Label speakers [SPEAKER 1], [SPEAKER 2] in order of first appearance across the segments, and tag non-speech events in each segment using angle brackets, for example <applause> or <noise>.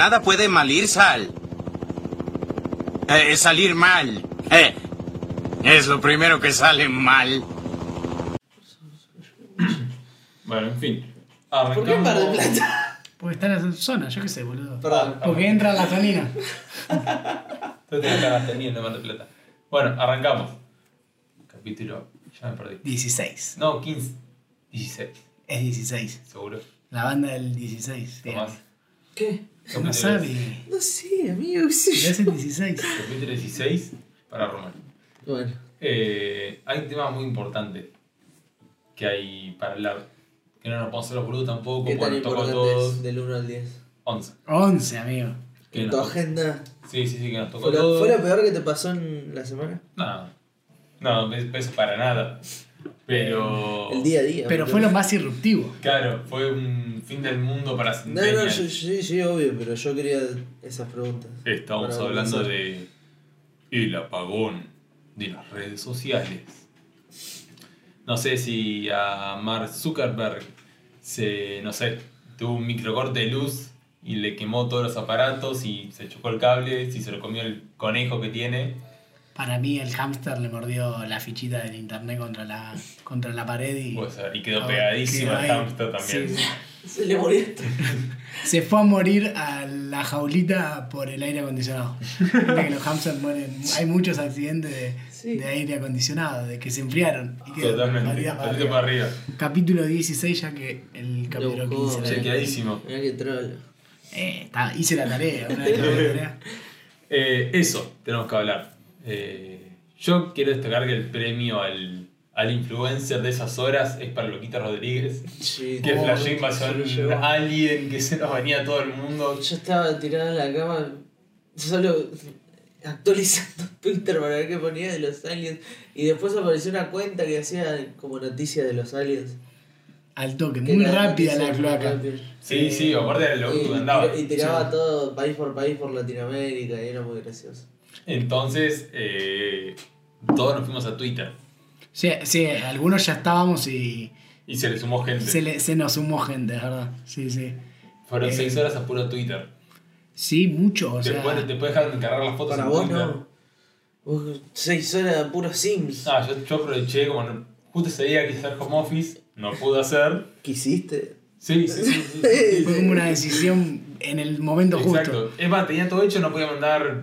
[SPEAKER 1] Nada puede malir sal. Eh, salir mal. Eh, es lo primero que sale mal.
[SPEAKER 2] Bueno, en fin.
[SPEAKER 3] ¿Por qué en Mar del
[SPEAKER 2] Ah, Arrancamos.
[SPEAKER 3] Plata?
[SPEAKER 4] Porque están en zona, yo qué sé, boludo.
[SPEAKER 3] Perdón.
[SPEAKER 4] Porque entra la tonina.
[SPEAKER 2] Tú te acabas teniendo Mar del Plata. Bueno, arrancamos. Capítulo. Ya me perdí.
[SPEAKER 4] 16.
[SPEAKER 2] No, 15. 16,
[SPEAKER 4] Es 16.
[SPEAKER 2] seguro.
[SPEAKER 4] La banda del 16.
[SPEAKER 2] Tomás.
[SPEAKER 3] ¿Qué?
[SPEAKER 4] No
[SPEAKER 2] Capítulo-
[SPEAKER 4] sabe.
[SPEAKER 3] No sé, amigo, qué sé
[SPEAKER 4] Es
[SPEAKER 3] yo.
[SPEAKER 4] el 16.
[SPEAKER 2] Capítulo 16 para Román.
[SPEAKER 3] Bueno,
[SPEAKER 2] Eh, hay temas muy importantes que hay para hablar. Que no nos podemos hacer los boludos tampoco.
[SPEAKER 3] ¿qué tan
[SPEAKER 2] Porque nos tocó a
[SPEAKER 3] importante es
[SPEAKER 2] todos.
[SPEAKER 3] del 1 al 10?
[SPEAKER 2] 11.
[SPEAKER 4] 11, amigo.
[SPEAKER 2] Que
[SPEAKER 3] En
[SPEAKER 2] nos
[SPEAKER 3] tu
[SPEAKER 2] tocó-
[SPEAKER 3] agenda.
[SPEAKER 2] Sí, sí, sí, que nos tocó
[SPEAKER 3] ¿Fue
[SPEAKER 2] a
[SPEAKER 3] lo,
[SPEAKER 2] todos.
[SPEAKER 3] fue lo peor que te pasó en la semana?
[SPEAKER 2] No, no, pe- peso para nada. Pero.
[SPEAKER 3] El día a día.
[SPEAKER 4] Pero
[SPEAKER 3] boludo.
[SPEAKER 4] fue lo más disruptivo.
[SPEAKER 2] Claro, fue un fin del mundo para
[SPEAKER 3] No,
[SPEAKER 2] Centennial.
[SPEAKER 3] no, yo- sí, sí, obvio, pero yo quería esas preguntas.
[SPEAKER 2] Estamos
[SPEAKER 3] Para
[SPEAKER 2] hablando
[SPEAKER 3] pensar.
[SPEAKER 2] de. El apagón de las redes sociales. No sé si a Mark Zuckerberg se. No sé, tuvo un microcorte de luz y le quemó todos los aparatos y se chocó el cable, si se lo comió el conejo que tiene.
[SPEAKER 4] Para mí el hámster le mordió la fichita del internet contra la, contra la pared y
[SPEAKER 2] o sea, pues, y quedó
[SPEAKER 4] Ah,
[SPEAKER 2] pegadísimo
[SPEAKER 4] quedó
[SPEAKER 2] al
[SPEAKER 4] ahí.
[SPEAKER 2] hamster también.
[SPEAKER 4] Sí, sí.
[SPEAKER 3] Se le molesta.
[SPEAKER 4] se fue a morir a la jaulita por el aire acondicionado. Viste que los hámsters mueren. Hay muchos accidentes de,
[SPEAKER 3] Sí.
[SPEAKER 4] de aire acondicionado, de que se enfriaron. y quedan
[SPEAKER 2] Totalmente,
[SPEAKER 4] patitas para
[SPEAKER 2] patito
[SPEAKER 4] arriba.
[SPEAKER 2] para arriba.
[SPEAKER 4] Capítulo 16, ya que el capítulo
[SPEAKER 3] Lo
[SPEAKER 4] 15
[SPEAKER 3] buscó.
[SPEAKER 4] era-
[SPEAKER 2] Chequeadísimo.
[SPEAKER 3] Mirá que troll.
[SPEAKER 4] Eh, está- hice la tarea, una vez que hice la
[SPEAKER 2] <laughs>
[SPEAKER 4] tarea.
[SPEAKER 2] Eh, eso tenemos que hablar. Eh, yo quiero destacar que el premio al, al influencer de esas horas es para Loquita Rodríguez,
[SPEAKER 3] Sí,
[SPEAKER 2] que
[SPEAKER 3] no,
[SPEAKER 2] flasheó
[SPEAKER 3] se lo
[SPEAKER 2] invasión
[SPEAKER 3] llevó.
[SPEAKER 2] alien, que se nos venía a todo el mundo.
[SPEAKER 3] Yo estaba tirado en la cama, solo actualizando Twitter para ver qué ponía de los aliens. Y después apareció una cuenta que hacía como noticias de los aliens.
[SPEAKER 4] Al toque,
[SPEAKER 3] Que
[SPEAKER 4] muy
[SPEAKER 3] era
[SPEAKER 4] rápida
[SPEAKER 3] noticia
[SPEAKER 4] la
[SPEAKER 3] muy
[SPEAKER 4] cloaca.
[SPEAKER 3] rápida.
[SPEAKER 2] Sí, sí, aparte era lo único
[SPEAKER 3] Y-
[SPEAKER 2] que andaba.
[SPEAKER 3] Y tiraba
[SPEAKER 4] Sí.
[SPEAKER 3] todo país por país por Latinoamérica y era muy gracioso.
[SPEAKER 2] Entonces, eh, todos nos fuimos a Twitter
[SPEAKER 4] Sí, sí, algunos ya estábamos y
[SPEAKER 2] y se le sumó gente.
[SPEAKER 4] se, le- se nos sumó gente, es verdad. Sí, sí.
[SPEAKER 2] Fueron
[SPEAKER 4] Eh,
[SPEAKER 2] seis horas a puro Twitter.
[SPEAKER 4] Sí, mucho, o sea.
[SPEAKER 2] después, después dejaron de cargar las fotos
[SPEAKER 3] Para
[SPEAKER 2] en
[SPEAKER 3] vos
[SPEAKER 2] Twitter.
[SPEAKER 3] no. Vos seis horas de puros Sims.
[SPEAKER 2] Ah, yo, yo aproveché, como no- justo ese día quise hacer home office, no pude hacer.
[SPEAKER 3] ¿Quisiste?
[SPEAKER 2] Sí, sí, sí. sí, sí.
[SPEAKER 4] Fue como una decisión en el momento justo.
[SPEAKER 2] Exacto. Es más, tenía todo hecho, no podía mandar.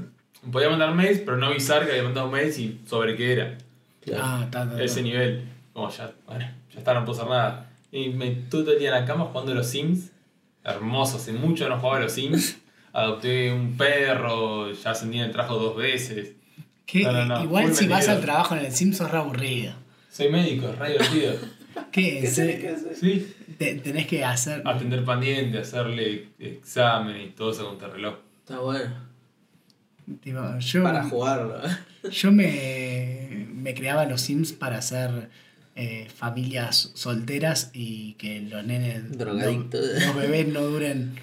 [SPEAKER 2] Podía mandar mails, pero no avisar que había mandado mails y sobre qué era.
[SPEAKER 4] Ah, está, está, está.
[SPEAKER 2] Ese nivel. Como ya, bueno, ya está, no puedo hacer nada. Y me tuve todo el día en la cama jugando a los Sims. Hermoso, hace mucho no jugaba a los
[SPEAKER 4] <laughs>
[SPEAKER 2] Sims. Adopté un perro, ya ascendí en el trabajo dos veces.
[SPEAKER 4] Que
[SPEAKER 2] No, no, no,
[SPEAKER 4] Igual
[SPEAKER 2] muy
[SPEAKER 4] si vas
[SPEAKER 2] metido.
[SPEAKER 4] al trabajo en el Sims sos re aburrido.
[SPEAKER 2] Soy médico, es re
[SPEAKER 4] <laughs>
[SPEAKER 2] divertido.
[SPEAKER 4] ¿Qué?
[SPEAKER 3] ¿Qué
[SPEAKER 4] Se-
[SPEAKER 3] tenés que hacer?
[SPEAKER 2] Sí.
[SPEAKER 4] te- tenés que hacer.
[SPEAKER 2] Atender pendiente, hacerle exámenes y todo eso contra el reloj.
[SPEAKER 3] Está bueno.
[SPEAKER 4] tipo, yo,
[SPEAKER 3] Para jugarlo. ¿eh?
[SPEAKER 4] Yo me, me creaba los Sims para hacer eh, familias solteras y que los nenes.
[SPEAKER 3] Drogadictos.
[SPEAKER 4] Los, los bebés no duren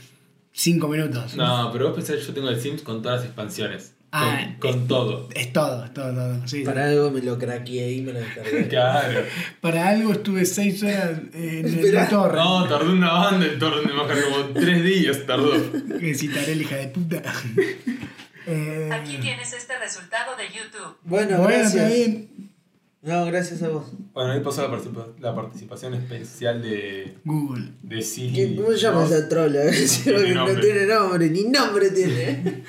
[SPEAKER 4] cinco minutos.
[SPEAKER 2] No, pero vos pensás, yo tengo el Sims con todas las expansiones.
[SPEAKER 4] Ah,
[SPEAKER 2] con, con
[SPEAKER 4] <laughs>
[SPEAKER 2] todo.
[SPEAKER 4] Es todo, es todo, todo. Sí, sí.
[SPEAKER 3] Para algo me lo craqueé y me lo descargué.
[SPEAKER 2] <laughs> Claro.
[SPEAKER 4] Para algo estuve seis horas eh, en
[SPEAKER 3] Esperá.
[SPEAKER 4] la torre.
[SPEAKER 2] No, tardó una banda el torneo de Macar, como tres días tardó.
[SPEAKER 4] Que citaré el hija de puta. Eh,
[SPEAKER 5] Aquí tienes este resultado de YouTube.
[SPEAKER 3] Bueno,
[SPEAKER 4] bueno, está
[SPEAKER 3] gracias.
[SPEAKER 4] bien.
[SPEAKER 3] No, gracias a vos.
[SPEAKER 2] Bueno, ahí pasó la, participa- la participación especial de,
[SPEAKER 4] Google.
[SPEAKER 2] de
[SPEAKER 3] ¿Qué-
[SPEAKER 2] Silly.
[SPEAKER 3] ¿Cómo llamas
[SPEAKER 2] Ross.
[SPEAKER 3] a trola? <laughs>
[SPEAKER 2] tiene
[SPEAKER 3] no
[SPEAKER 2] nombre.
[SPEAKER 3] tiene nombre, ni
[SPEAKER 2] <laughs>
[SPEAKER 3] nombre tiene.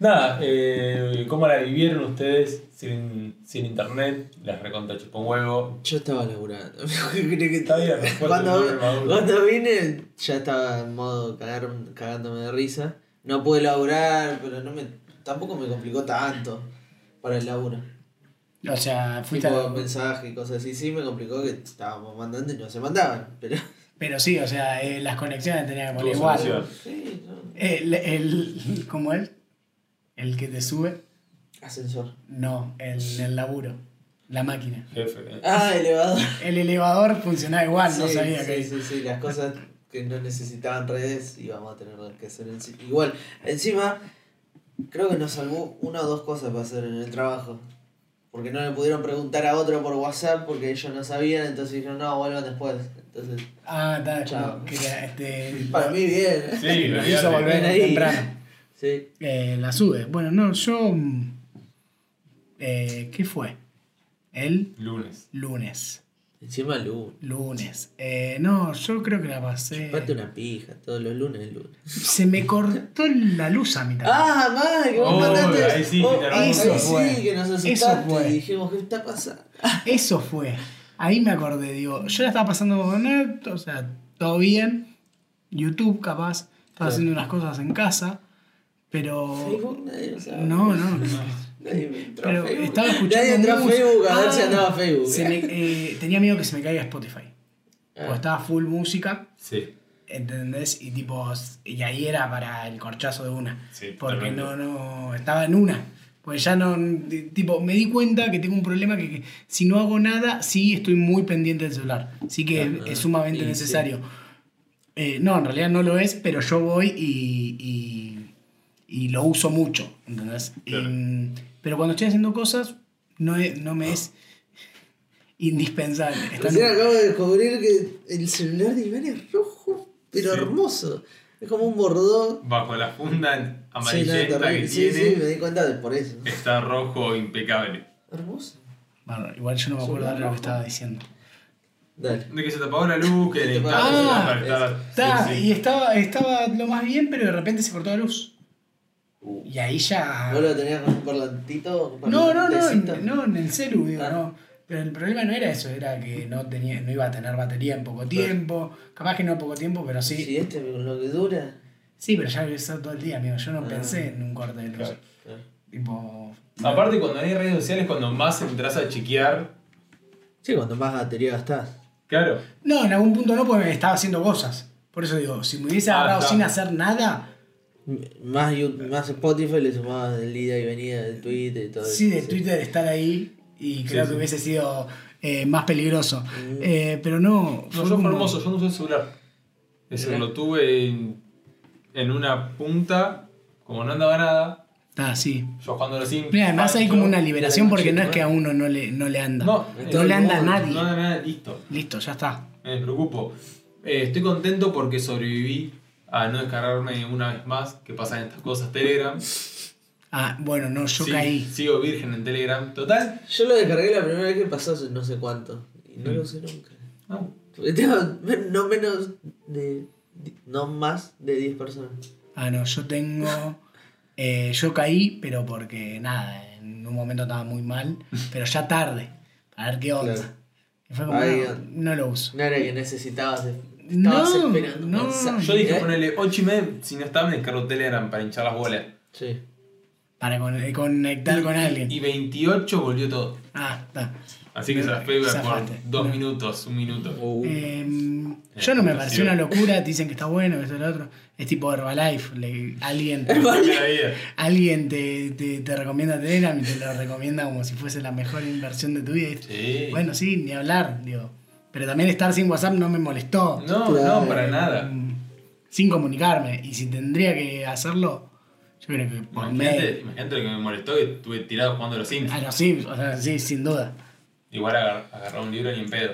[SPEAKER 2] Nada, eh, ¿cómo la vivieron ustedes sin, sin internet? Les recontra chupó un huevo.
[SPEAKER 3] Yo estaba laburando. <laughs> ¿Qué crees que
[SPEAKER 2] Está bien,
[SPEAKER 3] estaba?
[SPEAKER 2] fuerte, nombre
[SPEAKER 3] cuando,
[SPEAKER 2] maduro.
[SPEAKER 3] cuando vine, ya estaba en modo cagar, cagándome de risa. No pude laburar, pero no me, tampoco me complicó tanto para el laburo.
[SPEAKER 4] O sea, fuiste
[SPEAKER 3] Tipo
[SPEAKER 4] a-
[SPEAKER 3] mensajes y cosas así. Sí, me complicó que estábamos mandando y no se mandaban. Pero. <laughs>
[SPEAKER 4] Pero sí, o sea, eh, las conexiones tenían que poner
[SPEAKER 2] Tuvo
[SPEAKER 4] igual.
[SPEAKER 2] solución.
[SPEAKER 3] Sí, no.
[SPEAKER 4] El, el, <laughs> ¿Cómo es? El que te sube.
[SPEAKER 3] Ascensor.
[SPEAKER 4] No, en el laburo. La máquina.
[SPEAKER 2] Jefe. eh.
[SPEAKER 3] Ah, elevador.
[SPEAKER 4] El elevador funcionaba igual, no
[SPEAKER 3] Sí,
[SPEAKER 4] sabía
[SPEAKER 3] sí,
[SPEAKER 4] que.
[SPEAKER 3] Sí, sí, las cosas que no necesitaban redes íbamos a tener que hacer enci- igual. Encima, creo que nos salvó una o dos cosas para hacer en el trabajo. Porque no le pudieron preguntar a otro por WhatsApp porque ellos no sabían, entonces dijeron, no, vuelvan después. Entonces,
[SPEAKER 4] Ah, está,
[SPEAKER 3] Chao.
[SPEAKER 4] que
[SPEAKER 3] <laughs>
[SPEAKER 4] la- este,
[SPEAKER 3] para mí bien.
[SPEAKER 2] Sí,
[SPEAKER 4] lo
[SPEAKER 2] olvídate.
[SPEAKER 4] hizo volver
[SPEAKER 3] Ahí.
[SPEAKER 4] temprano.
[SPEAKER 3] Sí.
[SPEAKER 4] Eh, la sube. Bueno, no, yo. mm, eh, ¿Qué fue? El
[SPEAKER 2] Lunes.
[SPEAKER 4] lunes.
[SPEAKER 3] Encima el lunes.
[SPEAKER 4] Lunes. Eh, no, yo creo que la pasé.
[SPEAKER 3] Chupate una pija, todos los lunes el lunes.
[SPEAKER 4] Se me cortó la luz a mitad.
[SPEAKER 3] Ah, mal, que vos
[SPEAKER 2] Oh,
[SPEAKER 3] mandaste.
[SPEAKER 2] ahí sí,
[SPEAKER 3] oh,
[SPEAKER 2] te la
[SPEAKER 3] ahí
[SPEAKER 4] mandé.
[SPEAKER 3] sí, que nos
[SPEAKER 4] Eso
[SPEAKER 3] asustaste
[SPEAKER 4] fue.
[SPEAKER 3] y dijimos, ¿qué está pasando?
[SPEAKER 4] Eso fue. Ahí me acordé, digo, yo la estaba pasando con él, o sea, todo bien. YouTube capaz, estaba
[SPEAKER 3] Sí.
[SPEAKER 4] haciendo unas cosas en casa, pero.
[SPEAKER 3] Facebook nadie lo sabe.
[SPEAKER 4] Oh. No, no.
[SPEAKER 3] Nadie me entró a
[SPEAKER 4] Pero
[SPEAKER 3] Facebook.
[SPEAKER 4] estaba escuchando.
[SPEAKER 3] Nadie entró a
[SPEAKER 4] música.
[SPEAKER 3] Facebook a ver si
[SPEAKER 4] Ah,
[SPEAKER 3] andaba a Facebook.
[SPEAKER 4] se me- eh, tenía miedo que se me caiga Spotify.
[SPEAKER 3] Ah.
[SPEAKER 4] Porque estaba full música,
[SPEAKER 2] Sí.
[SPEAKER 4] ¿entendés? Y tipo, y ahí era para el corchazo de una.
[SPEAKER 2] Sí,
[SPEAKER 4] porque
[SPEAKER 2] totalmente.
[SPEAKER 4] no, no, estaba en una. Pues ya no, de- tipo, me di cuenta que tengo un problema que, que si no hago nada, sí estoy muy pendiente del celular. Así que es-
[SPEAKER 3] Ah,
[SPEAKER 4] es sumamente
[SPEAKER 3] y sí.
[SPEAKER 4] necesario. Eh, no, en realidad no lo es, pero yo voy y, y- y lo uso mucho, ¿entendés?
[SPEAKER 2] Claro.
[SPEAKER 4] Y, pero cuando estoy haciendo cosas, no, es- no me es indispensable. Están-
[SPEAKER 3] Recién acabo de descubrir que el celular de Iván es rojo, pero
[SPEAKER 2] Sí.
[SPEAKER 3] hermoso. Es como un bordó.
[SPEAKER 2] Bajo la funda
[SPEAKER 3] Sí, no,
[SPEAKER 2] amarillenta que
[SPEAKER 3] terrible.
[SPEAKER 2] tiene,
[SPEAKER 3] sí, sí, me di cuenta de por eso.
[SPEAKER 2] está rojo impecable.
[SPEAKER 3] Hermoso.
[SPEAKER 4] Bueno, igual yo no me acuerdo de lo que estaba diciendo.
[SPEAKER 3] Dale.
[SPEAKER 2] De que se te apagó la luz, que
[SPEAKER 3] Se
[SPEAKER 2] le
[SPEAKER 3] te apagó la
[SPEAKER 4] luz.
[SPEAKER 2] está- está-
[SPEAKER 4] Está,
[SPEAKER 2] sí, sí.
[SPEAKER 4] Y estaba, estaba lo más bien, pero de repente se cortó la luz.
[SPEAKER 2] Uh.
[SPEAKER 4] Y ahí ya.
[SPEAKER 3] ¿Vos lo tenías con un parlantito? un
[SPEAKER 4] No, no, no,
[SPEAKER 3] parlantecito?
[SPEAKER 4] en- no, en el celu, digo,
[SPEAKER 3] Ah.
[SPEAKER 4] no. Pero el problema no era eso, era que no tenía, no iba a tener batería en poco tiempo. Capaz que no poco tiempo, pero
[SPEAKER 3] Sí.
[SPEAKER 4] sí.
[SPEAKER 3] este con lo que dura.
[SPEAKER 4] Sí, pero ya había estado todo el día, amigo. Yo no
[SPEAKER 3] Ah.
[SPEAKER 4] pensé en un corte de luz.
[SPEAKER 2] Claro.
[SPEAKER 4] Tipo.
[SPEAKER 2] Aparte, cuando hay redes sociales, cuando más entras a chequear,
[SPEAKER 3] Sí, cuanto más batería gastás.
[SPEAKER 2] claro,
[SPEAKER 4] No, en algún punto no, porque me estaba haciendo cosas. Por eso digo, si me hubiese
[SPEAKER 2] Ah,
[SPEAKER 4] agarrado
[SPEAKER 2] claro.
[SPEAKER 4] sin hacer nada,
[SPEAKER 3] M- Más, YouTube- más Spotify le sumabas el ida y venida del Twitter y todo
[SPEAKER 4] Sí,
[SPEAKER 3] eso,
[SPEAKER 4] de Twitter estar ahí y creo
[SPEAKER 2] sí.
[SPEAKER 4] que hubiese sido eh, más peligroso. Eh, pero no.
[SPEAKER 2] No,
[SPEAKER 4] fue
[SPEAKER 2] yo fue
[SPEAKER 4] como-
[SPEAKER 2] hermoso, yo no usé el celular. Es decir,
[SPEAKER 3] Mirá.
[SPEAKER 2] lo tuve en, en una punta, como no andaba nada,
[SPEAKER 4] Ah, sí.
[SPEAKER 2] yo jugando a los Sims.
[SPEAKER 4] Mira, además hay
[SPEAKER 2] Pancho.
[SPEAKER 4] como una liberación
[SPEAKER 3] la
[SPEAKER 4] porque no es
[SPEAKER 3] noche,
[SPEAKER 4] que a uno no le, no le anda.
[SPEAKER 2] No,
[SPEAKER 4] no
[SPEAKER 2] eh,
[SPEAKER 4] le anda a
[SPEAKER 3] no,
[SPEAKER 4] nadie.
[SPEAKER 2] No, nada, nada, listo,
[SPEAKER 4] Listo, ya está.
[SPEAKER 2] me despreocupo. Eh, estoy contento porque sobreviví a no descargarme una vez más que pasan estas cosas Telegram.
[SPEAKER 4] Ah, bueno, no, yo
[SPEAKER 2] Sí,
[SPEAKER 4] caí.
[SPEAKER 2] Sigo virgen en Telegram. Total.
[SPEAKER 3] Yo lo descargué la primera vez que pasó hace no sé cuánto. Y no lo
[SPEAKER 4] Mm.
[SPEAKER 3] usé nunca.
[SPEAKER 2] No,
[SPEAKER 3] Porque tengo men- no menos de. di- No más de 10 personas.
[SPEAKER 4] Ah, no, yo tengo. eh, yo caí, pero porque nada, en un momento estaba muy mal, pero ya tarde. A ver qué onda.
[SPEAKER 3] Claro.
[SPEAKER 4] Y fue como,
[SPEAKER 3] Ahí
[SPEAKER 4] no,
[SPEAKER 3] anda.
[SPEAKER 4] no lo uso.
[SPEAKER 3] No era que necesitabas. de-
[SPEAKER 4] No,
[SPEAKER 3] Estabas esperando un
[SPEAKER 4] no.
[SPEAKER 3] mensaje.
[SPEAKER 2] Yo dije
[SPEAKER 3] ¿eh?
[SPEAKER 2] ponerle 8 y media, si no estaba, me descargo Telegram para hinchar las bolas.
[SPEAKER 3] Sí.
[SPEAKER 4] Para con- eh, conectar con alguien.
[SPEAKER 2] Y 28 volvió todo.
[SPEAKER 4] Ah, está.
[SPEAKER 2] Así que se las pego por
[SPEAKER 4] Zafaste.
[SPEAKER 2] dos
[SPEAKER 4] No.
[SPEAKER 2] minutos, un minuto.
[SPEAKER 3] Uh,
[SPEAKER 2] Em,
[SPEAKER 4] Eh, yo no me pareció una locura, te dicen que está bueno, que esto y lo otro. Es tipo Herbalife, le- alguien,
[SPEAKER 2] Cambia la vida.
[SPEAKER 4] alguien te, te, te recomienda Telegram y te lo recomienda como si fuese la mejor inversión de tu vida.
[SPEAKER 2] Sí.
[SPEAKER 4] Bueno, sí, ni hablar, digo. Pero también estar sin WhatsApp no me molestó.
[SPEAKER 2] No,
[SPEAKER 3] Claro.
[SPEAKER 2] no, para nada.
[SPEAKER 4] Mm, Sin comunicarme. Y si tendría que hacerlo, yo creo que por
[SPEAKER 2] Imagínate,
[SPEAKER 4] mail.
[SPEAKER 2] imagínate lo que me molestó que estuve tirado jugando a los Sims.
[SPEAKER 4] Ah, no, sí, o sea, sí, sin duda.
[SPEAKER 2] Igual agar- agarraba un libro ni en pedo.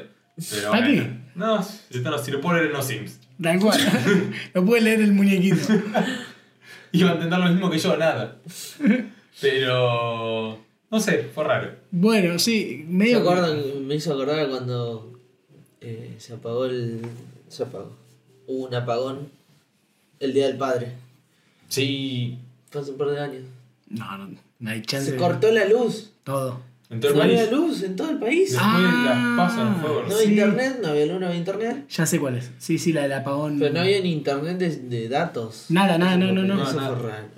[SPEAKER 2] Pero
[SPEAKER 4] ¿Para
[SPEAKER 2] bueno.
[SPEAKER 4] qué?
[SPEAKER 2] No, si no- si lo puedo leer en los Sims.
[SPEAKER 4] Tal
[SPEAKER 2] <laughs>
[SPEAKER 4] cual. no pude leer el muñequito.
[SPEAKER 2] Iba a entender lo mismo que yo,
[SPEAKER 4] <laughs>
[SPEAKER 2] nada. Pero. No sé, fue raro.
[SPEAKER 4] Bueno, sí,
[SPEAKER 3] ¿Se
[SPEAKER 4] medio.
[SPEAKER 3] acuerdan? Me hizo acordar cuando eh, se apagó el. Se apagó. Hubo un apagón el día del padre.
[SPEAKER 2] Sí.
[SPEAKER 3] Fue hace un par de años.
[SPEAKER 4] No, no, no hay chance.
[SPEAKER 3] Se
[SPEAKER 4] de-
[SPEAKER 3] cortó la luz.
[SPEAKER 4] Todo.
[SPEAKER 2] En todo el
[SPEAKER 3] No había
[SPEAKER 2] país.
[SPEAKER 3] luz en todo el país.
[SPEAKER 2] Después
[SPEAKER 4] Ah.
[SPEAKER 2] las pasan fuego.
[SPEAKER 3] No
[SPEAKER 4] sí.
[SPEAKER 3] había internet, no había luz, no había internet.
[SPEAKER 4] Ya sé cuál es. Sí, sí, la del apagón.
[SPEAKER 3] Pero no había ni internet de, de datos.
[SPEAKER 4] Nada, nada, no, no, no.
[SPEAKER 3] Eso
[SPEAKER 2] No,
[SPEAKER 3] fue
[SPEAKER 2] nada.
[SPEAKER 3] raro.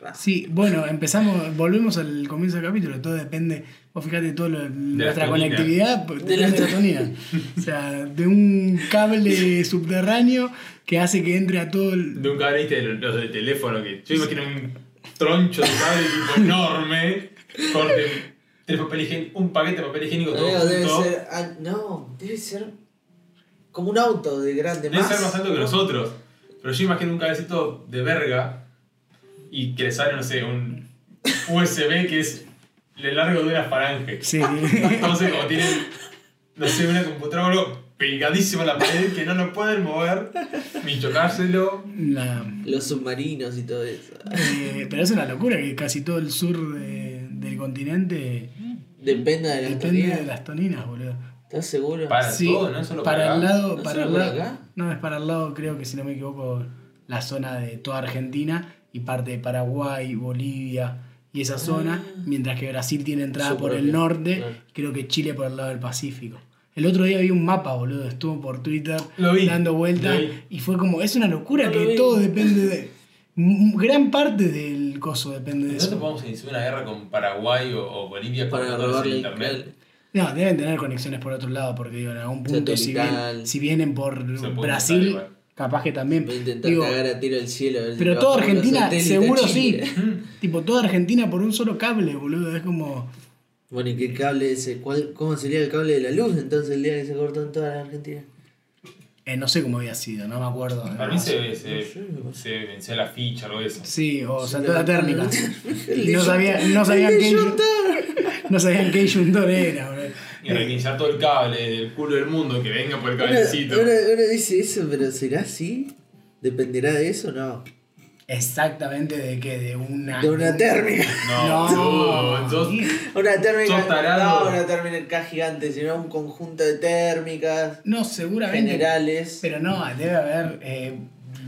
[SPEAKER 3] Raro.
[SPEAKER 4] Sí, bueno, empezamos, volvemos al comienzo del capítulo. Todo depende. Vos fijate todo lo, nuestra
[SPEAKER 2] la
[SPEAKER 4] conectividad pues,
[SPEAKER 3] De
[SPEAKER 4] de
[SPEAKER 3] la <laughs>
[SPEAKER 4] la serotonina. o sea, de un cable subterráneo que hace que entre a todo el.
[SPEAKER 2] De un cable, viste, los los del teléfono que. Yo imagino un troncho de cable
[SPEAKER 3] <laughs>
[SPEAKER 2] tipo enorme. Corte tres papel higién- un paquete de papel higiénico todo
[SPEAKER 3] Amigo, debe
[SPEAKER 2] junto.
[SPEAKER 3] ser. ah, no, debe ser. Como un auto de grande
[SPEAKER 2] Debe
[SPEAKER 3] más.
[SPEAKER 2] ser más alto que nosotros. Pero yo imagino un cablecito de verga y que le sale, no sé, un USB que es le largo de una falange.
[SPEAKER 3] <laughs>
[SPEAKER 4] Sí.
[SPEAKER 2] Entonces, como tienen, no sé, una computadora o algo pegadísima a la pared que no lo pueden mover ni chocárselo.
[SPEAKER 4] La-
[SPEAKER 3] Los submarinos y todo eso.
[SPEAKER 4] Eh, pero es una locura que casi todo el sur de- del continente
[SPEAKER 3] Depende de la
[SPEAKER 4] depende de
[SPEAKER 3] historia.
[SPEAKER 4] las toninas, boludo.
[SPEAKER 3] ¿Estás seguro?
[SPEAKER 2] Para todo, no es solo
[SPEAKER 4] para
[SPEAKER 2] para
[SPEAKER 4] el
[SPEAKER 2] acá.
[SPEAKER 4] lado,
[SPEAKER 3] ¿No
[SPEAKER 4] para
[SPEAKER 3] solo
[SPEAKER 4] el
[SPEAKER 3] por
[SPEAKER 4] lado,
[SPEAKER 3] acá?
[SPEAKER 4] no es para el lado, creo que si no me equivoco, la zona de toda Argentina y parte de Paraguay, Bolivia y esa zona,
[SPEAKER 3] Ah.
[SPEAKER 4] mientras que Brasil tiene entrada
[SPEAKER 3] Su
[SPEAKER 4] por el
[SPEAKER 3] propia,
[SPEAKER 4] norte,
[SPEAKER 3] claro.
[SPEAKER 4] creo que Chile por el lado del Pacífico. El otro día vi un mapa, boludo, estuvo por Twitter
[SPEAKER 2] Lo vi,
[SPEAKER 4] dando vueltas
[SPEAKER 2] lo vi.
[SPEAKER 4] y fue como, es una locura
[SPEAKER 3] No lo
[SPEAKER 4] que
[SPEAKER 3] vi.
[SPEAKER 4] todo depende de... m- Gran parte del coso depende de eso.
[SPEAKER 2] Nosotros podemos iniciar una guerra con Paraguay o, o Bolivia con
[SPEAKER 3] Para
[SPEAKER 2] todo ese
[SPEAKER 3] robarle
[SPEAKER 2] internet.
[SPEAKER 4] No, deben tener conexiones por otro lado, porque digo, en algún punto, si,
[SPEAKER 3] Satelital.
[SPEAKER 4] bien- si vienen por
[SPEAKER 2] puede
[SPEAKER 4] Brasil,
[SPEAKER 2] intentar igual.
[SPEAKER 4] capaz que también.
[SPEAKER 3] Voy a intentar
[SPEAKER 4] Digo,
[SPEAKER 3] cagar a tiro el cielo. a ver si
[SPEAKER 4] pero
[SPEAKER 3] lo
[SPEAKER 4] toda
[SPEAKER 3] bajo con los
[SPEAKER 4] Argentina,
[SPEAKER 3] satélites
[SPEAKER 4] seguro
[SPEAKER 3] a
[SPEAKER 4] sí.
[SPEAKER 3] Chile.
[SPEAKER 4] <laughs> tipo, toda Argentina por un solo cable, boludo. Es como.
[SPEAKER 3] <laughs> Bueno, ¿y qué cable ese? ¿Cuál, ¿Cómo sería el cable de la luz entonces el día que se cortó en toda la Argentina?
[SPEAKER 4] eh, no sé cómo había sido, no me acuerdo.
[SPEAKER 2] Para mí se,
[SPEAKER 3] Ah, No
[SPEAKER 2] se,
[SPEAKER 3] sé.
[SPEAKER 2] se venció la ficha, algo de eso.
[SPEAKER 4] Sí, o
[SPEAKER 3] Se
[SPEAKER 4] saltó la
[SPEAKER 3] levantó
[SPEAKER 4] térmica.
[SPEAKER 3] <laughs> la-
[SPEAKER 4] <laughs> Y no, sabía, no,
[SPEAKER 3] <laughs>
[SPEAKER 4] sabían
[SPEAKER 3] El
[SPEAKER 4] qué,
[SPEAKER 3] disyuntor.
[SPEAKER 4] no sabían qué disyuntor era, boludo.
[SPEAKER 3] Eh.
[SPEAKER 2] Y reiniciar todo el cable del culo del mundo que venga por el
[SPEAKER 3] Uno,
[SPEAKER 2] cablecito.
[SPEAKER 3] uno- uno dice eso, pero ¿será así? ¿Dependerá de eso o no?
[SPEAKER 4] Exactamente de qué, de
[SPEAKER 2] Ah,
[SPEAKER 4] una.
[SPEAKER 3] De una térmica.
[SPEAKER 2] No, no, sos-
[SPEAKER 3] Una térmica.
[SPEAKER 2] Sos tarado.
[SPEAKER 3] No, una térmica gigante, sino un conjunto de térmicas
[SPEAKER 4] No, seguramente.
[SPEAKER 3] generales.
[SPEAKER 4] Pero no, debe haber. eh,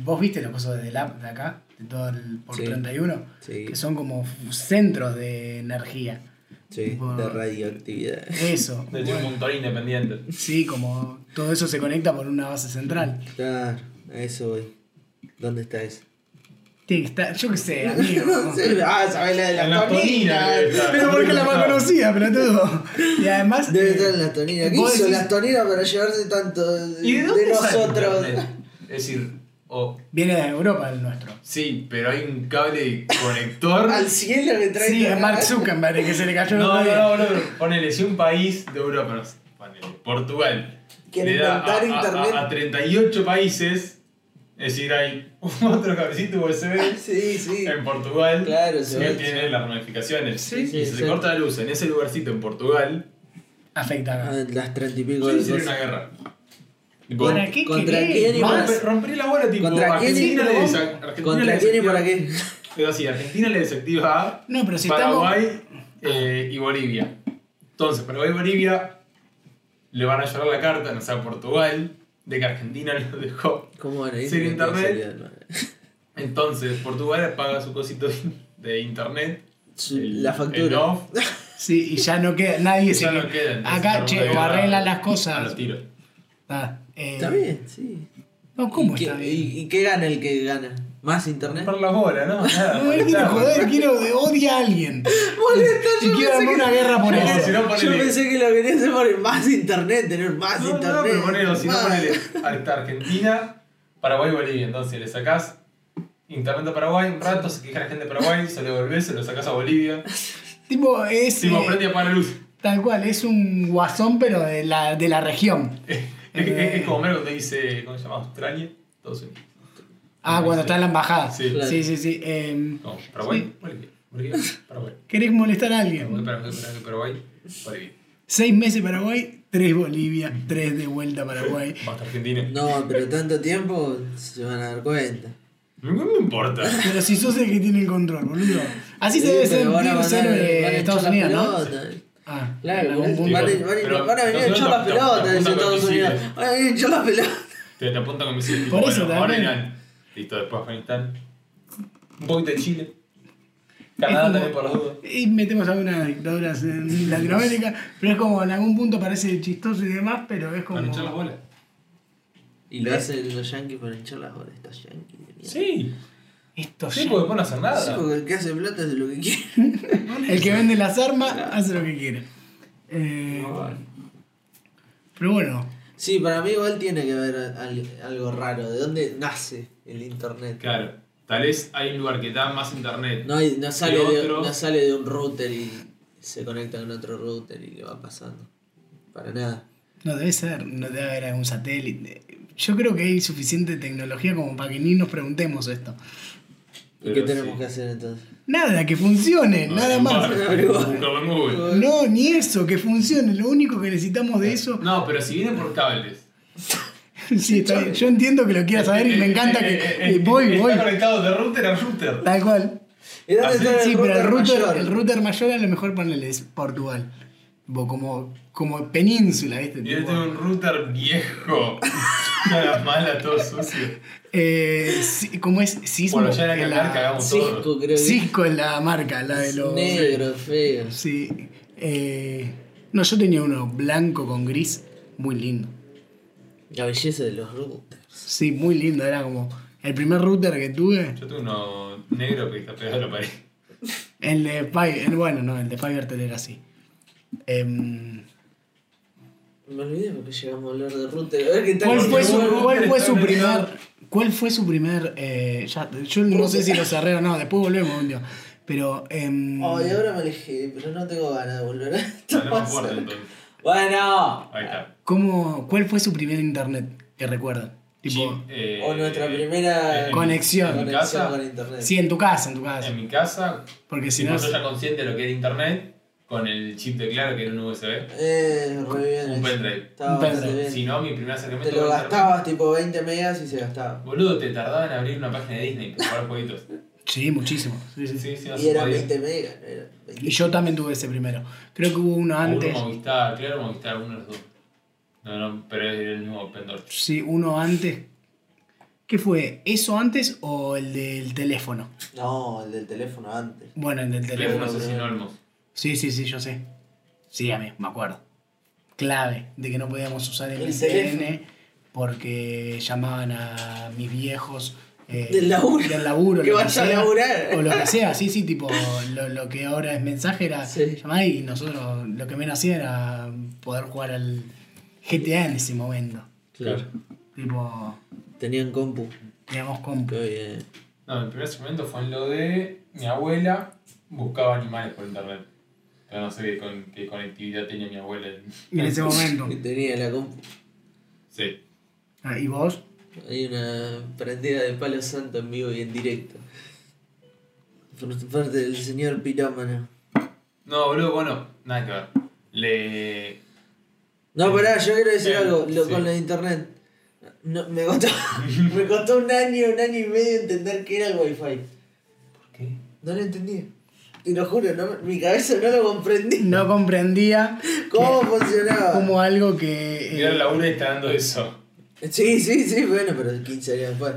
[SPEAKER 4] Vos viste los cosas del app de acá, de todo el por
[SPEAKER 3] Sí.
[SPEAKER 4] 31,
[SPEAKER 3] Sí.
[SPEAKER 4] que son como f- centros de energía.
[SPEAKER 3] Sí,
[SPEAKER 4] Tipo-
[SPEAKER 3] de radioactividad.
[SPEAKER 4] Eso.
[SPEAKER 2] <laughs> de
[SPEAKER 4] bueno,
[SPEAKER 2] un montón independiente.
[SPEAKER 4] sí, como todo eso se conecta por una base central.
[SPEAKER 3] Claro, a eso voy. ¿Dónde está eso?
[SPEAKER 4] Tiene que estar, yo
[SPEAKER 3] <laughs>
[SPEAKER 4] qué sé, amigo.
[SPEAKER 3] Ah, sabés la de
[SPEAKER 2] En la
[SPEAKER 3] las toninas.
[SPEAKER 2] ponina, eh.
[SPEAKER 4] Pero porque la más conocida, pelotudo. Y además.
[SPEAKER 3] Debe
[SPEAKER 4] eh,
[SPEAKER 3] estar en las toninas. ¿Qué
[SPEAKER 4] vos
[SPEAKER 3] hizo
[SPEAKER 4] decís-
[SPEAKER 3] las toninas para llevarse tanto de,
[SPEAKER 2] ¿Y de dónde sale
[SPEAKER 3] nosotros?
[SPEAKER 2] internet? Es decir, o
[SPEAKER 4] Viene de Europa el nuestro.
[SPEAKER 2] sí, pero hay un cable conector.
[SPEAKER 3] Al cielo que trae.
[SPEAKER 4] Sí,
[SPEAKER 3] la-
[SPEAKER 4] es Mark Zuckerberg que se le cayó
[SPEAKER 2] No,
[SPEAKER 4] el
[SPEAKER 2] no,
[SPEAKER 4] otro día.
[SPEAKER 2] no, no, no. Ponele, si un país de Europa, no sé, ponele, Portugal,
[SPEAKER 3] Quiere
[SPEAKER 2] le da a,
[SPEAKER 3] inventar
[SPEAKER 2] a- a-
[SPEAKER 3] internet.
[SPEAKER 2] a 38 países, es decir, hay <laughs> otro cablecito USB
[SPEAKER 3] Sí, sí.
[SPEAKER 2] en Portugal
[SPEAKER 3] Claro, se
[SPEAKER 2] que
[SPEAKER 3] va-
[SPEAKER 2] tiene las ramificaciones.
[SPEAKER 3] Sí, sí,
[SPEAKER 2] y si
[SPEAKER 3] sí.
[SPEAKER 2] se corta la luz en ese lugarcito en Portugal,
[SPEAKER 4] Afecta
[SPEAKER 3] Ah,
[SPEAKER 4] acá.
[SPEAKER 3] Las treinta y pico
[SPEAKER 2] sí,
[SPEAKER 3] de
[SPEAKER 2] sería una
[SPEAKER 3] cosas.
[SPEAKER 2] guerra. Tipo,
[SPEAKER 4] ¿Para qué
[SPEAKER 3] ¿Contra
[SPEAKER 4] querés,
[SPEAKER 3] quién y para-
[SPEAKER 4] Mark?
[SPEAKER 2] rompe- rompería la bola, tipo,
[SPEAKER 3] ¿Contra quién y-
[SPEAKER 2] Argentina, le
[SPEAKER 3] no?
[SPEAKER 2] desa- Argentina le
[SPEAKER 3] ¿Contra quién y
[SPEAKER 2] desactiva-
[SPEAKER 3] para qué? <laughs>
[SPEAKER 2] Pero sí, Argentina le desactiva a
[SPEAKER 4] No, pero si estamos.
[SPEAKER 2] Paraguay eh, y Bolivia. Entonces, Paraguay y Bolivia le van a llevar la carta, no sé, a Portugal, de que Argentina <laughs> lo dejó.
[SPEAKER 3] ¿Cómo van a ir?
[SPEAKER 2] Sin
[SPEAKER 3] No
[SPEAKER 2] internet.
[SPEAKER 3] tiene salida, no.
[SPEAKER 2] Entonces, Portugal paga su cosito de internet.
[SPEAKER 3] Su-
[SPEAKER 2] el-
[SPEAKER 3] La
[SPEAKER 2] el
[SPEAKER 3] factura.
[SPEAKER 2] off,
[SPEAKER 4] Sí, y ya no queda. Nadie
[SPEAKER 2] y
[SPEAKER 4] se
[SPEAKER 2] ya no
[SPEAKER 4] que-
[SPEAKER 2] queda. entonces,
[SPEAKER 4] Acá,
[SPEAKER 2] tenemos
[SPEAKER 4] che,
[SPEAKER 2] que
[SPEAKER 4] o
[SPEAKER 2] agarrar
[SPEAKER 4] arreglan las
[SPEAKER 2] A los
[SPEAKER 4] cosas.
[SPEAKER 2] tiros.
[SPEAKER 4] Está, eh,
[SPEAKER 3] Está bien, sí.
[SPEAKER 4] No, ¿cómo
[SPEAKER 3] ¿Y qué-
[SPEAKER 4] está bien?
[SPEAKER 3] ¿Y, y qué gana el que gana? ¿Más internet? <laughs>
[SPEAKER 2] Romper la bola, ¿no? Nada,
[SPEAKER 4] <laughs> No, no quiero
[SPEAKER 2] molestar.
[SPEAKER 4] joder, quiero de odia a alguien.
[SPEAKER 3] Molesta, <laughs>
[SPEAKER 4] Y
[SPEAKER 3] yo
[SPEAKER 4] quiero
[SPEAKER 3] pensé
[SPEAKER 4] armar
[SPEAKER 3] que-
[SPEAKER 4] una
[SPEAKER 3] <laughs>
[SPEAKER 4] guerra por
[SPEAKER 2] Yo
[SPEAKER 4] eso.
[SPEAKER 2] creo que si no,
[SPEAKER 3] Yo
[SPEAKER 2] ponele-
[SPEAKER 3] pensé que lo quería hacer por el más internet, tener
[SPEAKER 4] Ah,
[SPEAKER 3] más
[SPEAKER 2] No,
[SPEAKER 3] internet.
[SPEAKER 2] no, pero ponelo, si no
[SPEAKER 3] más.
[SPEAKER 2] ponele hasta Argentina, Paraguay y Bolivia. Entonces le sacás internet a Paraguay un rato, se queja la gente de Paraguay, se lo volvés, se lo sacás a Bolivia.
[SPEAKER 4] Tipo, es.
[SPEAKER 2] Si
[SPEAKER 4] eh,
[SPEAKER 2] me aprende a apagar la luz.
[SPEAKER 4] tal cual, es un guasón, pero de la, de la región.
[SPEAKER 2] Es, es- es como Homero cuando dice, ¿cómo se llama? Australia, Estados Unidos.
[SPEAKER 4] Ah, cuando está en la embajada.
[SPEAKER 2] Sí. Oh.
[SPEAKER 3] Claro.
[SPEAKER 4] sí, sí. sí, eh,
[SPEAKER 2] No, Paraguay, Bolivia, Bolivia, Paraguay.
[SPEAKER 4] ¿Querés molestar a
[SPEAKER 2] Paraguay,
[SPEAKER 4] alguien?
[SPEAKER 2] Paraguay, Paraguay, Paraguay, Bolivia.
[SPEAKER 4] Seis meses Paraguay, tres Bolivia, tres de vuelta Paraguay.
[SPEAKER 2] Basta Argentina.
[SPEAKER 3] No, pero tanto tiempo se van a dar cuenta.
[SPEAKER 2] No me importa.
[SPEAKER 4] Pero si sos el que tiene el control, boludo. Así se debe
[SPEAKER 3] pero van a-
[SPEAKER 4] sentir
[SPEAKER 3] van a- van a
[SPEAKER 4] ser eh,
[SPEAKER 3] echar
[SPEAKER 4] Estados
[SPEAKER 3] las
[SPEAKER 4] Unidos, ¿no?
[SPEAKER 3] pelotas.
[SPEAKER 4] Ah, en
[SPEAKER 3] Claro,
[SPEAKER 4] algún
[SPEAKER 3] van,
[SPEAKER 4] punto.
[SPEAKER 3] van, van-
[SPEAKER 2] Pero
[SPEAKER 3] van a venir a
[SPEAKER 2] Estados
[SPEAKER 3] echar las
[SPEAKER 2] Unidos tampoco-
[SPEAKER 3] pelotas, dice
[SPEAKER 2] tampoco
[SPEAKER 3] Estados Unidos.
[SPEAKER 2] coincide.
[SPEAKER 3] Van a venir a echar las pelotas.
[SPEAKER 2] Te, te apuntan con misiles. tipo,
[SPEAKER 4] Por eso
[SPEAKER 2] bueno, ahora
[SPEAKER 4] también.
[SPEAKER 2] Irán. Listo, después Afganistán. Un poquito de Chile. Canadá
[SPEAKER 4] Es como-
[SPEAKER 2] también por las dudas.
[SPEAKER 4] Y metemos algunas dictaduras en Latinoamérica, pero es como en algún punto parece chistoso y demás, pero es como.
[SPEAKER 2] ¿Van a echar las bolas?
[SPEAKER 3] Y lo hacen los yankees para hinchar las bolas. Estos yankees de mierda.
[SPEAKER 2] Sí.
[SPEAKER 4] Esto
[SPEAKER 2] Sí, pues.
[SPEAKER 4] ya-
[SPEAKER 2] porque después no hacen
[SPEAKER 3] Sí,
[SPEAKER 2] nada.
[SPEAKER 3] porque el que hace plata hace lo que quiere.
[SPEAKER 4] El que vende las armas hace lo que quiere. Eh, pero bueno,
[SPEAKER 3] Sí, para mí igual tiene que ver al- algo raro. ¿De dónde nace el internet?
[SPEAKER 2] Claro. Tal vez hay un lugar que da más internet.
[SPEAKER 3] No, hay- no, sale de,
[SPEAKER 2] otros-
[SPEAKER 3] no sale de un router y se conecta con otro router y le va pasando. Para nada.
[SPEAKER 4] no debe ser, no debe haber algún satélite. Yo creo que hay suficiente tecnología como para que ni nos preguntemos esto.
[SPEAKER 3] ¿Y
[SPEAKER 2] Pero
[SPEAKER 3] qué tenemos
[SPEAKER 2] sí.
[SPEAKER 3] que hacer entonces?
[SPEAKER 4] Nada, que funcione, nada
[SPEAKER 2] No,
[SPEAKER 4] más.
[SPEAKER 2] bueno,
[SPEAKER 3] Algo.
[SPEAKER 2] búscalo en Google.
[SPEAKER 4] No, ni eso, que funcione. Lo único que necesitamos de eso.
[SPEAKER 2] No, pero si viene por cables.
[SPEAKER 4] Sí, está bien. Yo entiendo que lo quieras saber y me encanta que.
[SPEAKER 2] Eh, eh,
[SPEAKER 4] eh, voy,
[SPEAKER 2] está
[SPEAKER 4] voy.
[SPEAKER 2] conectado de router a
[SPEAKER 4] <laughs>
[SPEAKER 2] router.
[SPEAKER 4] Tal cual.
[SPEAKER 3] ¿Y dónde está el
[SPEAKER 4] Sí, pero el router,
[SPEAKER 3] mayor?
[SPEAKER 4] el router mayor a lo mejor ponele es Portugal. Tipo, Como, como península, ¿viste?
[SPEAKER 2] Yo
[SPEAKER 4] Tipo,
[SPEAKER 2] tengo este un router viejo. <laughs> Nada mala, todo sucio.
[SPEAKER 4] eh, sí, ¿Cómo es? Sismo.
[SPEAKER 2] Bueno, ya era que
[SPEAKER 4] es
[SPEAKER 2] hablar, cagamos todo.
[SPEAKER 3] Cisco, creo que.
[SPEAKER 4] Cisco es la marca, la de los.
[SPEAKER 3] Negro, feo.
[SPEAKER 4] Sí. Eh, no, yo tenía uno blanco con gris, muy lindo.
[SPEAKER 3] La belleza de los routers.
[SPEAKER 4] Sí, muy lindo. Era como el primer router que tuve.
[SPEAKER 2] Yo tengo uno negro que está pegado a la
[SPEAKER 3] <laughs>
[SPEAKER 2] pared.
[SPEAKER 4] El de Fiverr, el- bueno, no, el de Fiverr era así. Em,
[SPEAKER 3] Me olvidé porque llegamos a hablar de router. A ver qué tal.
[SPEAKER 4] ¿Cuál fue su,
[SPEAKER 3] Bueno,
[SPEAKER 4] cuál fue su
[SPEAKER 2] Está
[SPEAKER 4] primer.
[SPEAKER 2] ordenado.
[SPEAKER 4] ¿Cuál fue su primer. eh, ya- yo no sé si lo cerré o no, después volvemos un día. Pero. em,
[SPEAKER 3] Ay, ahora me alejé, pero no tengo ganas de volver a esto.
[SPEAKER 2] Ya no me acuerdo entonces.
[SPEAKER 3] Bueno,
[SPEAKER 2] Ahí está.
[SPEAKER 4] ¿cómo, ¿Cuál fue su primer internet que recuerdan? Tipo.
[SPEAKER 2] Jim, eh,
[SPEAKER 3] o nuestra
[SPEAKER 2] eh,
[SPEAKER 3] primera
[SPEAKER 2] en-
[SPEAKER 4] Conexión.
[SPEAKER 2] En mi
[SPEAKER 3] conexión
[SPEAKER 2] casa,
[SPEAKER 3] con internet.
[SPEAKER 4] Sí, en tu casa, en tu casa.
[SPEAKER 2] en mi casa
[SPEAKER 4] Porque si
[SPEAKER 2] si
[SPEAKER 4] no.
[SPEAKER 2] yo ya consciente de lo que era internet, con el chip de claro que era un USB,
[SPEAKER 3] Eh, re bien.
[SPEAKER 2] un pendrive.
[SPEAKER 3] Estaba
[SPEAKER 4] Un
[SPEAKER 3] bastante
[SPEAKER 4] pendrive,
[SPEAKER 3] bien.
[SPEAKER 2] Si no, mi primer acercamiento
[SPEAKER 3] Te lo
[SPEAKER 2] con internet-
[SPEAKER 3] gastabas tipo 20 megas y se gastaba.
[SPEAKER 2] Boludo, te tardaba en abrir una página de Disney para jugar jueguitos.
[SPEAKER 4] Sí, muchísimo. Sí, sí, sí.
[SPEAKER 2] Sí, sí, no
[SPEAKER 3] Y
[SPEAKER 2] se
[SPEAKER 3] eran
[SPEAKER 2] podía.
[SPEAKER 3] 20 megas, no era 20.
[SPEAKER 4] Y yo también tuve ese primero. Creo que hubo uno
[SPEAKER 2] O
[SPEAKER 4] antes.
[SPEAKER 2] Uno Movistar, claro, Movistar, uno de los dos. No, no, pero es el mismo pendor.
[SPEAKER 4] Sí, uno antes. ¿Qué fue? ¿Eso antes o el del teléfono?
[SPEAKER 3] No, el del teléfono antes.
[SPEAKER 4] Bueno, el del
[SPEAKER 2] Teléfono
[SPEAKER 4] teléfono.
[SPEAKER 2] asesino Olmos.
[SPEAKER 4] Sí, sí, sí, yo sé. Sí, a mí, me acuerdo. Clave de que no podíamos usar el
[SPEAKER 3] El
[SPEAKER 4] MSN
[SPEAKER 3] teléfono.
[SPEAKER 4] porque llamaban a mis viejos. eh,
[SPEAKER 3] Del laburo.
[SPEAKER 4] Del laburo.
[SPEAKER 3] <laughs> Que
[SPEAKER 4] lo
[SPEAKER 3] vayas a
[SPEAKER 4] sea,
[SPEAKER 3] laburar.
[SPEAKER 4] O lo que sea, sí, sí, tipo, lo, lo que ahora es mensaje era
[SPEAKER 3] Sí.
[SPEAKER 4] llamar y nosotros lo que menos hacía era poder jugar al GTA en ese momento.
[SPEAKER 3] Claro.
[SPEAKER 4] Tipo,
[SPEAKER 3] Tenían compu.
[SPEAKER 4] teníamos compu.
[SPEAKER 3] Qué bien.
[SPEAKER 2] No, mi primer segmento fue en lo de mi abuela buscaba animales por internet. Pero no sé qué, con- qué conectividad tenía mi abuela. en-
[SPEAKER 4] En
[SPEAKER 3] <laughs>
[SPEAKER 4] ese momento.
[SPEAKER 3] Que tenía la compu.
[SPEAKER 2] Sí.
[SPEAKER 4] Ah, ¿Y vos?
[SPEAKER 3] Hay una prendida de palo santo en vivo y en directo. Por parte del señor pirómano.
[SPEAKER 2] No, boludo, bueno, nada que ver. Le.
[SPEAKER 3] No, pará, yo quiero decir
[SPEAKER 2] Eh,
[SPEAKER 3] algo lo,
[SPEAKER 2] sí.
[SPEAKER 3] con lo de internet. No, me, costó, <laughs> me costó un año, un año y medio entender qué era el wifi.
[SPEAKER 2] ¿Por qué?
[SPEAKER 3] No lo entendía. Te lo juro, no, mi cabeza no lo comprendí.
[SPEAKER 4] No comprendía
[SPEAKER 3] ¿Cómo funcionaba?
[SPEAKER 4] como algo que. eh,
[SPEAKER 2] Mira la una y está dando eso.
[SPEAKER 3] Sí, sí, sí, bueno, pero 15 años después.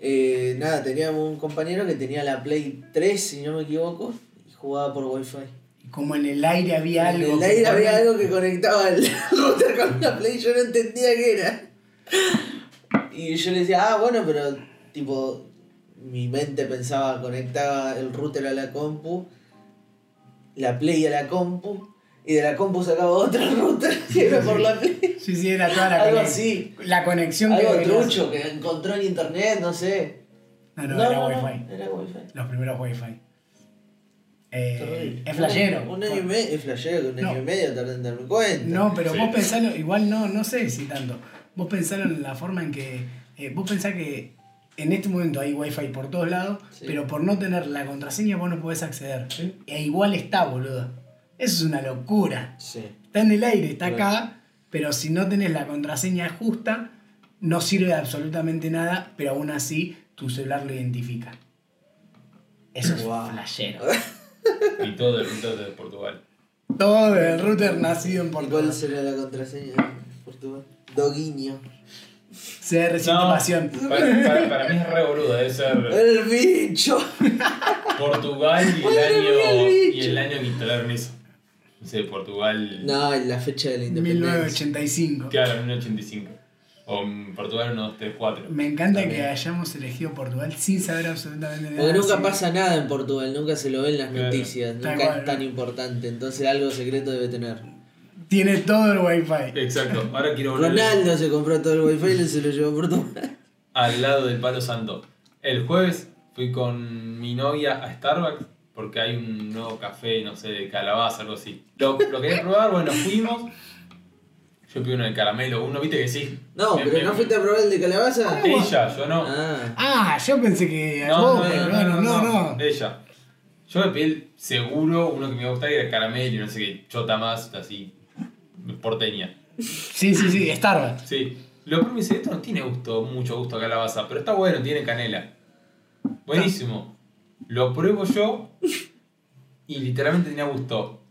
[SPEAKER 3] Eh, nada, teníamos un compañero que tenía la Play 3, si no me equivoco, y jugaba por Wi-Fi.
[SPEAKER 4] como en el aire había algo.
[SPEAKER 3] en el
[SPEAKER 4] que
[SPEAKER 3] aire había
[SPEAKER 4] ponen-
[SPEAKER 3] algo que conectaba el <laughs> router con la Play, yo no entendía qué era. Y yo le decía, ah, bueno, pero tipo, mi mente pensaba, conectaba el router a la compu, la Play a la compu, y de la compu sacaba otro <laughs> router que era por la Play.
[SPEAKER 4] Sí, sí, era toda la
[SPEAKER 3] Algo
[SPEAKER 4] conex-
[SPEAKER 3] así.
[SPEAKER 4] La conexión que
[SPEAKER 3] <laughs> Algo
[SPEAKER 4] debería
[SPEAKER 3] trucho
[SPEAKER 4] ser.
[SPEAKER 3] que encontró en internet, no sé.
[SPEAKER 4] No, no, era Wi-Fi.
[SPEAKER 3] Era Wi-Fi.
[SPEAKER 4] Los primeros Wi-Fi. Eh,
[SPEAKER 3] Terrible.
[SPEAKER 4] es flashero.
[SPEAKER 3] Un año y medio, es flashero, que un
[SPEAKER 4] No.
[SPEAKER 3] año y medio tardé en darme cuenta.
[SPEAKER 4] No, pero
[SPEAKER 2] Sí.
[SPEAKER 4] vos pensalo, igual no, no sé si tanto. Vos pensalo en la forma en que. eh, vos pensás que en este momento hay Wi-Fi por todos lados,
[SPEAKER 3] Sí.
[SPEAKER 4] pero por no tener la contraseña vos no podés acceder. E igual está, boludo. Eso es una locura.
[SPEAKER 3] Sí.
[SPEAKER 4] Está en el aire, está
[SPEAKER 3] Claro.
[SPEAKER 4] acá, pero si no tenés la contraseña justa, no sirve de absolutamente nada, pero aún así tu celular lo identifica. Eso es
[SPEAKER 3] Guau.
[SPEAKER 4] flashero.
[SPEAKER 2] Y todo el mundo de Portugal.
[SPEAKER 4] Todo el router nacido en
[SPEAKER 3] ¿Y cuál
[SPEAKER 4] Portugal.
[SPEAKER 3] será la contraseña de Portugal? Doguinho.
[SPEAKER 4] Se recibe pasión.
[SPEAKER 3] <laughs>
[SPEAKER 2] para, para- para mí es re boludo, debe ser
[SPEAKER 3] ¡El bicho!
[SPEAKER 2] Portugal y el
[SPEAKER 3] Madre mía,
[SPEAKER 2] año.
[SPEAKER 3] el
[SPEAKER 2] Y
[SPEAKER 3] bicho.
[SPEAKER 2] el año que instalaron eso. No sé, Portugal.
[SPEAKER 3] No, en la fecha de la independencia.
[SPEAKER 4] 1985.
[SPEAKER 2] Claro, en 85. O mm, Portugal 1, 2, 3, 4.
[SPEAKER 4] Me encanta que hayamos elegido Portugal sin saber absolutamente nada.
[SPEAKER 3] Porque nunca
[SPEAKER 4] Sí.
[SPEAKER 3] pasa nada en Portugal, nunca se lo ven las
[SPEAKER 2] Claro.
[SPEAKER 3] noticias,
[SPEAKER 4] Tal
[SPEAKER 3] nunca
[SPEAKER 4] cual.
[SPEAKER 3] es tan importante, entonces algo secreto debe tener.
[SPEAKER 4] Tiene todo el wifi.
[SPEAKER 2] Exacto. Ahora quiero volver
[SPEAKER 3] Ronaldo se compró todo el wifi y se lo llevó a Portugal. <laughs>
[SPEAKER 2] al lado del palo santo. El jueves fui con mi novia a Starbucks porque hay un nuevo café, no sé, de calabaza, algo así. Lo, lo quería probar, bueno, fuimos. Yo pido uno de caramelo, uno, viste que sí.
[SPEAKER 3] No,
[SPEAKER 2] Me-
[SPEAKER 3] pero
[SPEAKER 2] me-
[SPEAKER 3] ¿no fuiste a probar el de calabaza?
[SPEAKER 2] Ella, yo no.
[SPEAKER 3] Ah.
[SPEAKER 4] Ah, yo pensé que.
[SPEAKER 2] No,
[SPEAKER 4] vos,
[SPEAKER 2] no,
[SPEAKER 4] pero
[SPEAKER 2] no,
[SPEAKER 4] bueno,
[SPEAKER 2] no, no, Eh.
[SPEAKER 4] no, no.
[SPEAKER 2] Ella. Yo me pedí el seguro, uno que me iba a gustar, que era caramelo y no sé qué, chota más, así, porteña.
[SPEAKER 4] Sí, sí, sí, Starbucks.
[SPEAKER 2] Sí. Lo peor me dice, esto no tiene gusto, mucho gusto a calabaza, pero está bueno, tiene canela. Buenísimo. Lo pruebo yo y literalmente tenía gusto.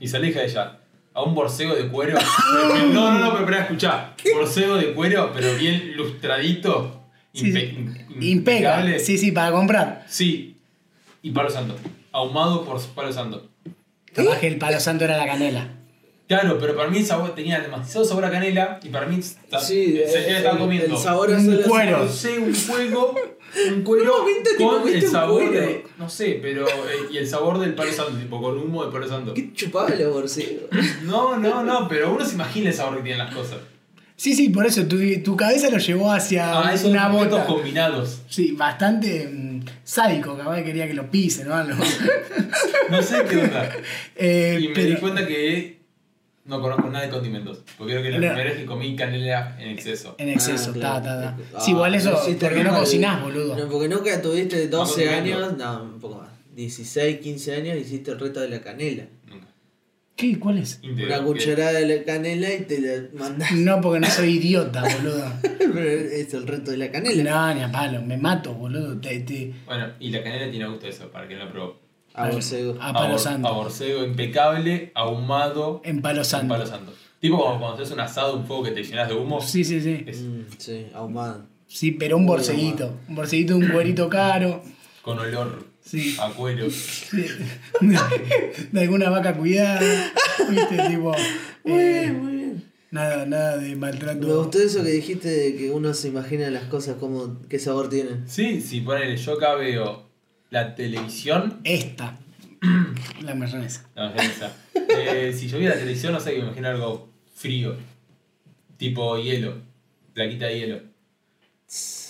[SPEAKER 2] Y se aleja ella. A un borcego de cuero. No, no, no, pero espera, escuchá. Borcego de cuero, pero bien lustradito.
[SPEAKER 4] Sí,
[SPEAKER 2] impe-
[SPEAKER 4] sí.
[SPEAKER 2] im-
[SPEAKER 4] Impecable. Sí, sí, para comprar.
[SPEAKER 2] Sí. Y palo santo. Ahumado por palo santo.
[SPEAKER 4] Capaz que el palo santo era la canela.
[SPEAKER 2] Claro, pero para mí el sabor tenía demasiado sabor a canela y para mí está-
[SPEAKER 3] Sí,
[SPEAKER 2] se
[SPEAKER 3] el-
[SPEAKER 2] estaba
[SPEAKER 3] el-
[SPEAKER 2] comiendo.
[SPEAKER 3] El sabor a
[SPEAKER 4] Un
[SPEAKER 3] solo-
[SPEAKER 4] cuero.
[SPEAKER 2] No sé, un fuego, un cuero
[SPEAKER 3] No, viste, tipo,
[SPEAKER 2] con el
[SPEAKER 3] viste un
[SPEAKER 2] sabor
[SPEAKER 3] cuero.
[SPEAKER 2] de, no sé, pero eh, y el sabor del palo santo, tipo con humo de palo santo.
[SPEAKER 3] ¿Qué chupaba los borcegos?
[SPEAKER 2] No, no, no, pero uno se imagina el sabor que tienen las cosas.
[SPEAKER 4] Sí, sí, por eso tu, tu cabeza lo llevó hacia
[SPEAKER 2] Ah, esos
[SPEAKER 4] una
[SPEAKER 2] objetos
[SPEAKER 4] bota.
[SPEAKER 2] combinados.
[SPEAKER 4] Sí, bastante mm, sádico, capaz que quería que lo pisen o algo.
[SPEAKER 2] No sé qué onda.
[SPEAKER 4] <laughs> Eh,
[SPEAKER 2] Y me
[SPEAKER 4] pero-
[SPEAKER 2] di cuenta que no conozco nada de condimentos, porque creo que la
[SPEAKER 4] No.
[SPEAKER 2] primera vez que comí canela en exceso.
[SPEAKER 4] En exceso,
[SPEAKER 3] Ah, claro.
[SPEAKER 4] ta, ta, ta.
[SPEAKER 3] Ah,
[SPEAKER 4] sí, igual eso,
[SPEAKER 3] lo hiciste
[SPEAKER 4] porque no
[SPEAKER 3] mal.
[SPEAKER 4] cocinás, boludo.
[SPEAKER 3] No, porque nunca tuviste 12
[SPEAKER 2] Vamos comiendo.
[SPEAKER 3] años, no, un poco más. 16, 15 años hiciste el reto de la canela.
[SPEAKER 2] Nunca.
[SPEAKER 4] ¿Qué? ¿Cuál es?
[SPEAKER 2] Íntegro,
[SPEAKER 3] Una
[SPEAKER 2] que-
[SPEAKER 3] cucharada de la canela y te la mandas.
[SPEAKER 4] No, porque no soy idiota, boludo.
[SPEAKER 3] <laughs> Pero es el reto de la canela.
[SPEAKER 4] No, ni a palo, me mato, boludo. Te, te-
[SPEAKER 2] Bueno, y la canela tiene gusto de eso, para que no la probó.
[SPEAKER 3] A borcego.
[SPEAKER 4] A palo
[SPEAKER 2] Abor-
[SPEAKER 4] santo.
[SPEAKER 2] Aborcego impecable, ahumado,
[SPEAKER 4] En palo santo.
[SPEAKER 2] palo santo. Tipo como cuando haces un asado, un fuego que te llenas de humo.
[SPEAKER 4] Sí, sí, sí.
[SPEAKER 2] es
[SPEAKER 3] Mm, sí, ahumado.
[SPEAKER 4] Sí, pero un
[SPEAKER 3] Muy
[SPEAKER 4] borseguito. Un borseguito, un cuerito caro.
[SPEAKER 2] con olor
[SPEAKER 4] Sí.
[SPEAKER 2] a cuero.
[SPEAKER 4] sí. <laughs> De alguna vaca cuidada. Viste, tipo. eh,
[SPEAKER 3] Muy bien.
[SPEAKER 4] nada, nada de
[SPEAKER 3] Me
[SPEAKER 4] maltrato.
[SPEAKER 3] gustó eso que dijiste de que uno se imagina las cosas como qué sabor tienen.
[SPEAKER 2] Sí, si ponele, yo acá veo la televisión.
[SPEAKER 4] Esta. <clears throat> La mayonesa.
[SPEAKER 2] No, ya no está. Eh, si yo viera la televisión, no sé, me imagino algo frío. Tipo hielo. Plaquita de hielo.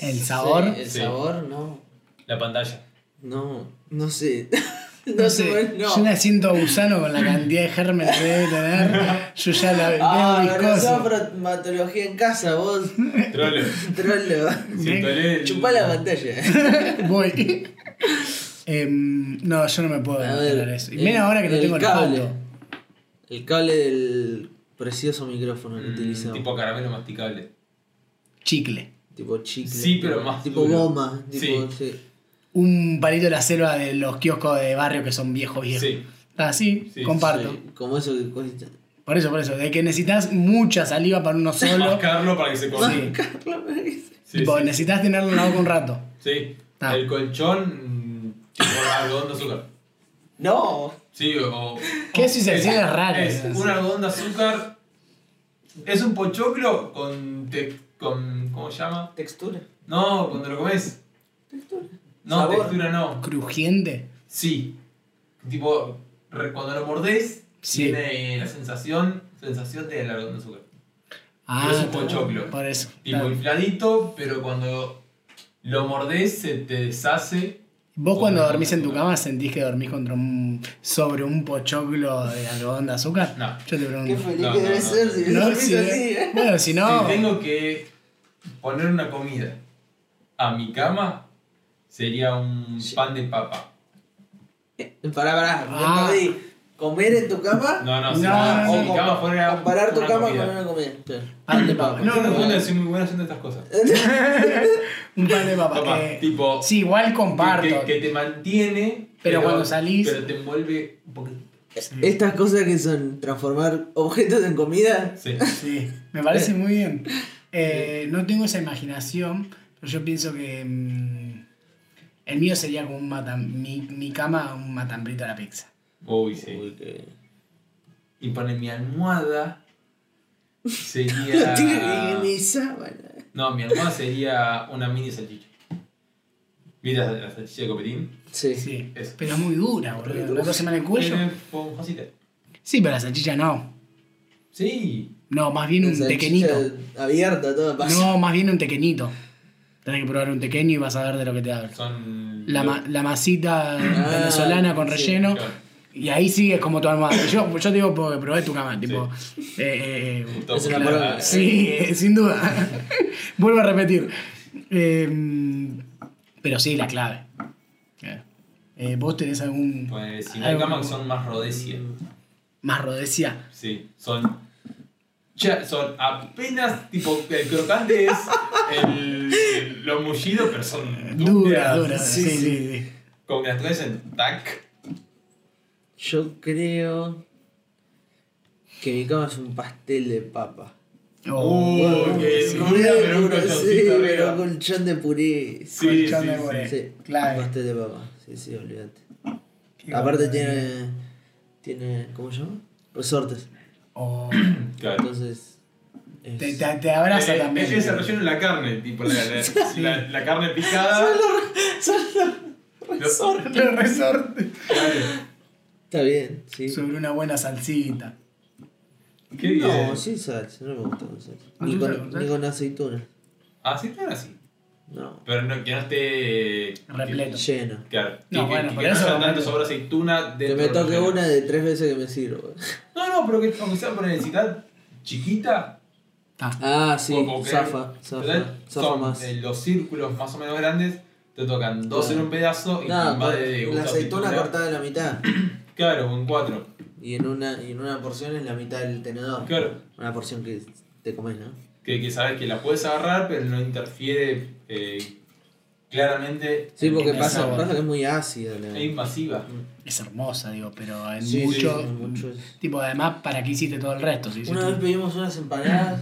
[SPEAKER 4] El sabor.
[SPEAKER 3] Sí, el
[SPEAKER 2] Sí.
[SPEAKER 3] sabor, no.
[SPEAKER 2] La pantalla.
[SPEAKER 3] No, no sé. <laughs>
[SPEAKER 4] No,
[SPEAKER 3] no
[SPEAKER 4] sé,
[SPEAKER 3] sé, no.
[SPEAKER 4] yo me siento gusano con la cantidad de germen que debe tener. Yo ya la veo
[SPEAKER 3] Ah,
[SPEAKER 4] mis
[SPEAKER 3] organizaba
[SPEAKER 4] cosas.
[SPEAKER 3] bromatología en casa, vos.
[SPEAKER 2] Trolo.
[SPEAKER 3] Trolo.
[SPEAKER 2] Si tolé el-
[SPEAKER 3] Chupá la pantalla.
[SPEAKER 4] Voy. Em, no, yo no me puedo
[SPEAKER 3] A
[SPEAKER 4] imaginar
[SPEAKER 3] ver,
[SPEAKER 4] eso. Y
[SPEAKER 3] el-
[SPEAKER 4] menos ahora que no
[SPEAKER 3] el
[SPEAKER 4] tengo
[SPEAKER 3] cable.
[SPEAKER 4] el foto.
[SPEAKER 3] El cable del precioso micrófono que
[SPEAKER 2] Mm,
[SPEAKER 3] utilizamos.
[SPEAKER 2] tipo caramelo masticable.
[SPEAKER 4] Chicle.
[SPEAKER 3] Tipo chicle.
[SPEAKER 2] Sí, pero más
[SPEAKER 3] Tipo
[SPEAKER 2] duro.
[SPEAKER 3] goma. Tipo,
[SPEAKER 2] Sí.
[SPEAKER 3] sí.
[SPEAKER 4] Un palito de la selva de los kioscos de barrio que son viejos, viejos.
[SPEAKER 2] Sí.
[SPEAKER 4] Ah, sí,
[SPEAKER 2] Sí,
[SPEAKER 4] comparto.
[SPEAKER 3] Sí, como eso que cuesta.
[SPEAKER 4] Por eso, por eso. De que necesitas mucha saliva para
[SPEAKER 2] <laughs>
[SPEAKER 4] uno solo.
[SPEAKER 2] Mascarlo para que se coma.
[SPEAKER 4] Sí.
[SPEAKER 3] Carlos me dice.
[SPEAKER 2] Sí,
[SPEAKER 4] Tipo,
[SPEAKER 2] sí.
[SPEAKER 4] necesitas tenerlo en la boca un rato.
[SPEAKER 2] Sí.
[SPEAKER 4] Ah.
[SPEAKER 2] El colchón, mm, tipo algodón de azúcar.
[SPEAKER 3] No.
[SPEAKER 2] Sí, o.
[SPEAKER 4] ¿Qué asociación
[SPEAKER 2] Oh, es-
[SPEAKER 4] es rara?
[SPEAKER 2] Es un algodón de azúcar. Es un pochoclo con. te- con ¿Cómo se llama?
[SPEAKER 3] Textura.
[SPEAKER 2] No, cuando lo comes.
[SPEAKER 3] Textura.
[SPEAKER 2] No,
[SPEAKER 3] Sabor.
[SPEAKER 2] textura no.
[SPEAKER 4] Crujiente.
[SPEAKER 2] Sí. Tipo, re- cuando lo mordés,
[SPEAKER 4] Sí.
[SPEAKER 2] tiene la sensación, sensación del algodón de azúcar.
[SPEAKER 4] Ah,
[SPEAKER 2] es un
[SPEAKER 4] está-
[SPEAKER 2] pochoclo.
[SPEAKER 4] Por eso.
[SPEAKER 2] Tipo,
[SPEAKER 4] está.
[SPEAKER 2] infladito, pero cuando lo mordés, se te deshace.
[SPEAKER 4] Vos cuando dormís en tu cama sentís que dormís contra un, sobre un pochoclo de algodón de azúcar?
[SPEAKER 2] No.
[SPEAKER 4] Yo te
[SPEAKER 3] Qué
[SPEAKER 4] pregunto.
[SPEAKER 3] feliz
[SPEAKER 2] No,
[SPEAKER 3] que
[SPEAKER 2] no,
[SPEAKER 3] debe
[SPEAKER 2] no,
[SPEAKER 3] ser
[SPEAKER 2] no.
[SPEAKER 3] si
[SPEAKER 4] No,
[SPEAKER 3] lo
[SPEAKER 4] si-
[SPEAKER 3] así, ¿eh?
[SPEAKER 4] Bueno, si no.
[SPEAKER 2] Si tengo que poner una comida a mi cama, sería un pan de papa.
[SPEAKER 3] eh. Pará, pará. no
[SPEAKER 4] Ah.
[SPEAKER 3] entendí. ¿Comer en tu cama? Ah,
[SPEAKER 2] No, no,
[SPEAKER 4] No,
[SPEAKER 2] si
[SPEAKER 4] no,
[SPEAKER 2] mi-
[SPEAKER 4] no,
[SPEAKER 2] si
[SPEAKER 4] no.
[SPEAKER 2] mi cama fuera.
[SPEAKER 3] Comparar tu
[SPEAKER 2] una
[SPEAKER 3] cama
[SPEAKER 2] comida.
[SPEAKER 3] con una comida. Claro.
[SPEAKER 4] Pan de papa.
[SPEAKER 2] No, no, no, soy muy bueno haciendo estas cosas.
[SPEAKER 3] Eh,
[SPEAKER 4] Un
[SPEAKER 2] <laughs>
[SPEAKER 4] pan de papas.
[SPEAKER 2] Papá,
[SPEAKER 4] que-
[SPEAKER 2] tipo-
[SPEAKER 4] Sí, igual comparto.
[SPEAKER 2] Que, que te mantiene.
[SPEAKER 4] Pero cuando salís-
[SPEAKER 2] Pero te envuelve un poquito.
[SPEAKER 3] Estas cosas que son transformar objetos en comida.
[SPEAKER 2] Sí.
[SPEAKER 4] Sí, me parece muy bien. Eh, no tengo esa imaginación, pero yo pienso que. mm, el mío sería como un matam. Mi, mi cama, un matambrito a la pizza.
[SPEAKER 2] Uy, sí.
[SPEAKER 3] Uy, que-
[SPEAKER 2] Y pone mi almohada.
[SPEAKER 3] Lo <laughs> tiene
[SPEAKER 2] Sería.
[SPEAKER 3] en mi sábana.
[SPEAKER 2] No, mi almohada sería una mini salchicha. ¿Viste la, la salchicha de copetín?
[SPEAKER 3] Sí.
[SPEAKER 4] Sí.
[SPEAKER 2] Eso.
[SPEAKER 4] Pero es muy dura, boludo. La cosa en el cuello.
[SPEAKER 2] Tiene esponjosita.
[SPEAKER 4] Sí, pero la salchicha no.
[SPEAKER 2] Sí.
[SPEAKER 4] No, más bien un
[SPEAKER 3] Esa
[SPEAKER 4] tequenito.
[SPEAKER 3] chicha Abierta, toda pasa.
[SPEAKER 4] No, más bien un tequenito. Tenés que probar un tequeño y vas a ver de lo que te hablo.
[SPEAKER 2] Son.
[SPEAKER 4] La, ma- la masita
[SPEAKER 3] Ah,
[SPEAKER 4] venezolana con
[SPEAKER 3] sí,
[SPEAKER 4] relleno
[SPEAKER 2] claro.
[SPEAKER 4] Y ahí sigues como tu almohada. Yo, yo te digo porque probé tu cama, tipo. eh, eh, eh,
[SPEAKER 3] Es una
[SPEAKER 2] Claro.
[SPEAKER 3] poronga.
[SPEAKER 4] Sí, eh, <laughs> sin duda. Vuelvo a repetir. Eh, pero sí, la clave. Claro. Eh, ¿Vos tenés algún.
[SPEAKER 2] Pues si
[SPEAKER 4] algo
[SPEAKER 2] camas que son más Rodesia.
[SPEAKER 4] Más rodecia?
[SPEAKER 2] Sí, son. Ya, son apenas tipo. El crocante es el, el- lo mullido, pero son
[SPEAKER 4] Dura,
[SPEAKER 2] duras.
[SPEAKER 4] dura. Sí, sí, sí.
[SPEAKER 2] Con las tres en tac.
[SPEAKER 3] Yo creo que mi cama es un pastel de papa.
[SPEAKER 4] Oh,
[SPEAKER 2] Uh, que
[SPEAKER 3] Sí,
[SPEAKER 2] dura, pero un
[SPEAKER 3] sí,
[SPEAKER 2] colchoncito
[SPEAKER 3] pero
[SPEAKER 2] arriba.
[SPEAKER 3] colchón de puré.
[SPEAKER 2] Sí,
[SPEAKER 3] Sí,
[SPEAKER 2] sí,
[SPEAKER 4] colchón de
[SPEAKER 2] sí.
[SPEAKER 4] puré.
[SPEAKER 3] un
[SPEAKER 4] claro.
[SPEAKER 3] pastel de papa. Sí, sí, olvídate.
[SPEAKER 4] Qué
[SPEAKER 3] Aparte
[SPEAKER 4] bueno.
[SPEAKER 3] tiene, tiene, ¿cómo se llama? Resortes.
[SPEAKER 4] Oh,
[SPEAKER 2] Claro.
[SPEAKER 3] Entonces, es-
[SPEAKER 4] te, te, te abraza
[SPEAKER 2] Eh,
[SPEAKER 4] también.
[SPEAKER 2] Es que se
[SPEAKER 4] <laughs>
[SPEAKER 2] rellena en la carne, tipo la, la, la- la carne picada. Los-
[SPEAKER 4] Los resortes.
[SPEAKER 3] está bien, sí.
[SPEAKER 4] Sobre una buena salsita.
[SPEAKER 2] Qué
[SPEAKER 3] No,
[SPEAKER 2] bien.
[SPEAKER 3] sin salsa, no me gusta con salsa.
[SPEAKER 4] ¿No
[SPEAKER 3] Ni
[SPEAKER 4] te gusta
[SPEAKER 3] con,
[SPEAKER 4] con salsa?
[SPEAKER 3] ni con aceitunas.
[SPEAKER 2] Así, Ah, claro, así.
[SPEAKER 3] No,
[SPEAKER 2] Pero no, que no esté.
[SPEAKER 4] Repleto.
[SPEAKER 3] lleno.
[SPEAKER 2] Claro.
[SPEAKER 4] No,
[SPEAKER 2] que, que-
[SPEAKER 4] bueno,
[SPEAKER 2] que
[SPEAKER 4] por
[SPEAKER 2] no
[SPEAKER 4] eso
[SPEAKER 2] haya
[SPEAKER 4] vamos
[SPEAKER 2] tanto
[SPEAKER 4] a-
[SPEAKER 2] sobre aceituna.
[SPEAKER 3] Que
[SPEAKER 2] dentro
[SPEAKER 3] me
[SPEAKER 2] del
[SPEAKER 3] toque
[SPEAKER 2] relleno.
[SPEAKER 3] una de tres veces que me sirvo.
[SPEAKER 2] No, no, pero que aunque sea por necesidad chiquita.
[SPEAKER 4] Está.
[SPEAKER 3] Ah, sí,
[SPEAKER 2] o como que-
[SPEAKER 3] zafa,
[SPEAKER 2] ¿verdad?
[SPEAKER 3] zafa, zafa
[SPEAKER 2] Son
[SPEAKER 3] más.
[SPEAKER 2] eh, los círculos más o menos grandes. Te tocan dos
[SPEAKER 3] Claro.
[SPEAKER 2] en un pedazo y
[SPEAKER 3] No,
[SPEAKER 2] más
[SPEAKER 3] con-
[SPEAKER 2] de
[SPEAKER 3] la
[SPEAKER 2] gusto
[SPEAKER 3] aceituna
[SPEAKER 2] particular.
[SPEAKER 3] cortada en la mitad.
[SPEAKER 2] Claro, en cuatro.
[SPEAKER 3] Y en una, y en una porción es la mitad del tenedor.
[SPEAKER 2] Claro.
[SPEAKER 3] Una porción que te comes, ¿no?
[SPEAKER 2] Que, que sabes que la puedes agarrar, pero no interfiere eh, claramente.
[SPEAKER 3] Sí, porque
[SPEAKER 4] el
[SPEAKER 3] pasa,
[SPEAKER 4] sabor.
[SPEAKER 3] pasa que es muy ácida la.
[SPEAKER 2] Es invasiva.
[SPEAKER 4] Es hermosa, digo, pero en
[SPEAKER 3] Sí, sí,
[SPEAKER 4] mucho.
[SPEAKER 3] sí, mucho es-
[SPEAKER 4] Tipo, además, ¿para qué hiciste todo el resto? Si
[SPEAKER 3] Una
[SPEAKER 4] hiciste-
[SPEAKER 3] vez pedimos unas empanadas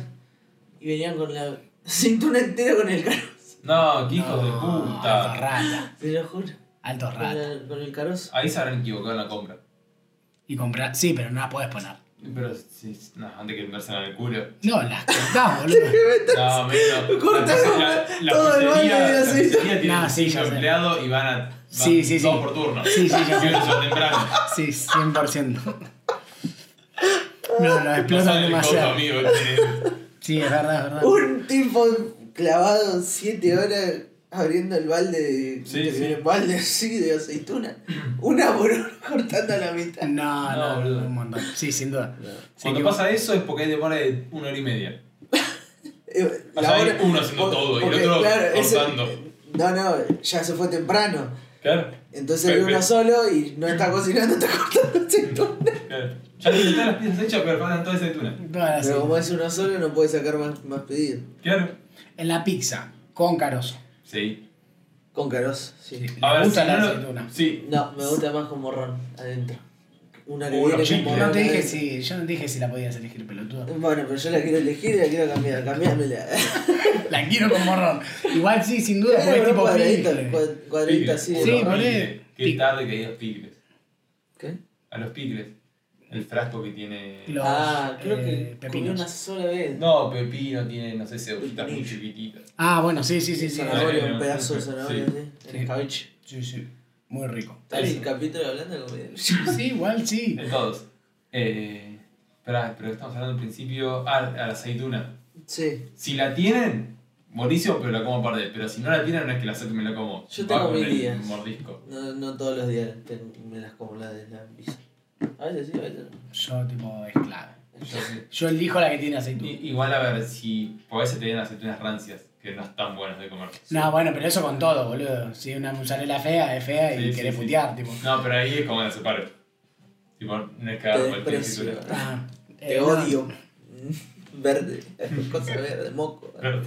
[SPEAKER 3] y venían con la <laughs> cintura entera con el carozo.
[SPEAKER 2] No, qué hijos de
[SPEAKER 4] No, Ah, Alto
[SPEAKER 2] puta.
[SPEAKER 4] rata.
[SPEAKER 3] Te lo juro.
[SPEAKER 4] Alto
[SPEAKER 3] Con,
[SPEAKER 4] rata.
[SPEAKER 3] la- con el carozo.
[SPEAKER 2] Ahí se habrán equivocado en la compra.
[SPEAKER 4] Y comprar. Sí, pero no las podés poner.
[SPEAKER 2] Pero sí, no, antes que meterse en el culo.
[SPEAKER 4] No,
[SPEAKER 3] <laughs>
[SPEAKER 4] las cortás, boludo.
[SPEAKER 2] No, menos.
[SPEAKER 3] Corta
[SPEAKER 2] la, la
[SPEAKER 3] todo el
[SPEAKER 2] pizzería-
[SPEAKER 3] baile de
[SPEAKER 2] la
[SPEAKER 3] aceite.
[SPEAKER 2] pizzería tiene
[SPEAKER 4] No, sí,
[SPEAKER 2] cinco
[SPEAKER 4] ya sé.
[SPEAKER 2] empleados y van a van
[SPEAKER 4] Sí, sí,
[SPEAKER 2] dos
[SPEAKER 4] sí.
[SPEAKER 2] por turno.
[SPEAKER 4] Sí, sí, ya sé.
[SPEAKER 2] Y uno son
[SPEAKER 4] <laughs>
[SPEAKER 2] temprano.
[SPEAKER 4] Sí, 100%. No, lo explotan
[SPEAKER 2] Pasan el costo,
[SPEAKER 4] demasiado.
[SPEAKER 2] amigo. este.
[SPEAKER 4] Sí, es verdad, es verdad. <laughs>
[SPEAKER 3] Un tipo clavado 7 horas abriendo el balde de.
[SPEAKER 2] Sí,
[SPEAKER 3] de-
[SPEAKER 2] sí.
[SPEAKER 3] el balde así de aceituna. Una por una <laughs> cortando a la mitad.
[SPEAKER 4] No,
[SPEAKER 2] No,
[SPEAKER 4] no,
[SPEAKER 2] boludo.
[SPEAKER 4] un montón. Sí, sin duda. Sí,
[SPEAKER 2] Cuando
[SPEAKER 4] que-
[SPEAKER 2] pasa eso es porque hay demora de una hora y media.
[SPEAKER 3] Eh,
[SPEAKER 2] O
[SPEAKER 3] la
[SPEAKER 2] sea, hay
[SPEAKER 3] hora-
[SPEAKER 2] uno haciendo
[SPEAKER 3] porque-
[SPEAKER 2] todo y el
[SPEAKER 3] porque,
[SPEAKER 2] otro
[SPEAKER 3] ese-
[SPEAKER 2] cortando.
[SPEAKER 3] no, no, ya se fue temprano.
[SPEAKER 2] Claro.
[SPEAKER 3] Entonces hay
[SPEAKER 2] Pero-
[SPEAKER 3] uno solo y no está cocinando, está cortando aceituna.
[SPEAKER 4] <laughs>
[SPEAKER 2] claro. Ya tienen todas las piezas hechas, pero faltan toda esa aceituna.
[SPEAKER 4] Todas las-
[SPEAKER 3] Pero como es uno solo, no puede sacar más, más pedido.
[SPEAKER 2] Claro.
[SPEAKER 4] En la pizza, con carozo.
[SPEAKER 2] Sí.
[SPEAKER 3] Con carozo, sí.
[SPEAKER 4] Me gusta la
[SPEAKER 2] no,
[SPEAKER 4] aceituna.
[SPEAKER 2] Sí.
[SPEAKER 3] No, me gusta más con morrón adentro. Una que
[SPEAKER 2] O una
[SPEAKER 3] viene con
[SPEAKER 2] chicle.
[SPEAKER 3] morrón.
[SPEAKER 4] No te dije
[SPEAKER 3] adentro.
[SPEAKER 4] si, yo no te dije si la podías elegir, pelotudo.
[SPEAKER 3] Bueno, pero yo la quiero elegir y la quiero cambiar.
[SPEAKER 4] <laughs>
[SPEAKER 3] Cambiámela.
[SPEAKER 4] La quiero con morrón. Igual sí, sin duda, porque
[SPEAKER 3] Era
[SPEAKER 4] es
[SPEAKER 3] un
[SPEAKER 4] tipo
[SPEAKER 3] cuadradito,
[SPEAKER 4] frijol.
[SPEAKER 3] cua- cuadradito así. de
[SPEAKER 4] Sí,
[SPEAKER 3] morrón.
[SPEAKER 4] poné.
[SPEAKER 2] Qué
[SPEAKER 4] Pic-
[SPEAKER 2] tarde que hay los pigles.
[SPEAKER 3] ¿Qué?
[SPEAKER 2] A los pigles. El frasco que tiene.
[SPEAKER 4] Lo- Los,
[SPEAKER 3] ah, creo
[SPEAKER 4] eh,
[SPEAKER 3] que comí
[SPEAKER 4] pepinos.
[SPEAKER 3] una sola vez.
[SPEAKER 2] No, pepino tiene, no sé, cebollitas muy
[SPEAKER 3] Pepinillo.
[SPEAKER 2] chiquititas.
[SPEAKER 4] Ah, bueno, sí, sí, sí, sí.
[SPEAKER 3] Zanahoria,
[SPEAKER 2] Sí.
[SPEAKER 3] un pedazo de zanahoria,
[SPEAKER 2] Sí.
[SPEAKER 3] sí.
[SPEAKER 4] Sí.
[SPEAKER 3] En escabeche.
[SPEAKER 4] Sí, sí. Muy rico.
[SPEAKER 3] Está en
[SPEAKER 2] Eso.
[SPEAKER 3] el capítulo hablando de comida.
[SPEAKER 4] Sí, igual sí.
[SPEAKER 2] De todos. Eh, esperá, pero estamos hablando al principio. Ah, a la aceituna.
[SPEAKER 3] Sí.
[SPEAKER 2] Si la tienen, buenísimo, pero la como aparte. Pero si no la tienen, no es que la saque y me la como.
[SPEAKER 3] Yo
[SPEAKER 2] Va
[SPEAKER 3] tengo
[SPEAKER 2] con
[SPEAKER 3] mis
[SPEAKER 2] el
[SPEAKER 3] días.
[SPEAKER 2] Mordisco.
[SPEAKER 3] No, no todos los días te- me las como las de la pizza. A veces sí, a veces no.
[SPEAKER 4] Yo, tipo, es clave.
[SPEAKER 2] Yo sí.
[SPEAKER 4] Yo elijo la que tiene aceituna.
[SPEAKER 2] I- Igual a ver si. Porque a veces te vienen aceitunas rancias que no están buenas de comer.
[SPEAKER 4] No, bueno, pero eso con todo, boludo. Si una mozzarella fea es fea y
[SPEAKER 2] Sí, sí,
[SPEAKER 4] querés
[SPEAKER 2] sí.
[SPEAKER 4] putear, tipo.
[SPEAKER 2] No, pero ahí es como la separo. Tipo, no es que
[SPEAKER 3] Te
[SPEAKER 2] haga cualquier
[SPEAKER 3] desprecio.
[SPEAKER 2] aceituna.
[SPEAKER 4] Ah,
[SPEAKER 3] Te
[SPEAKER 4] eh, no.
[SPEAKER 3] odio. <laughs> Verde. <laughs> Cosa verde, moco.
[SPEAKER 2] Claro.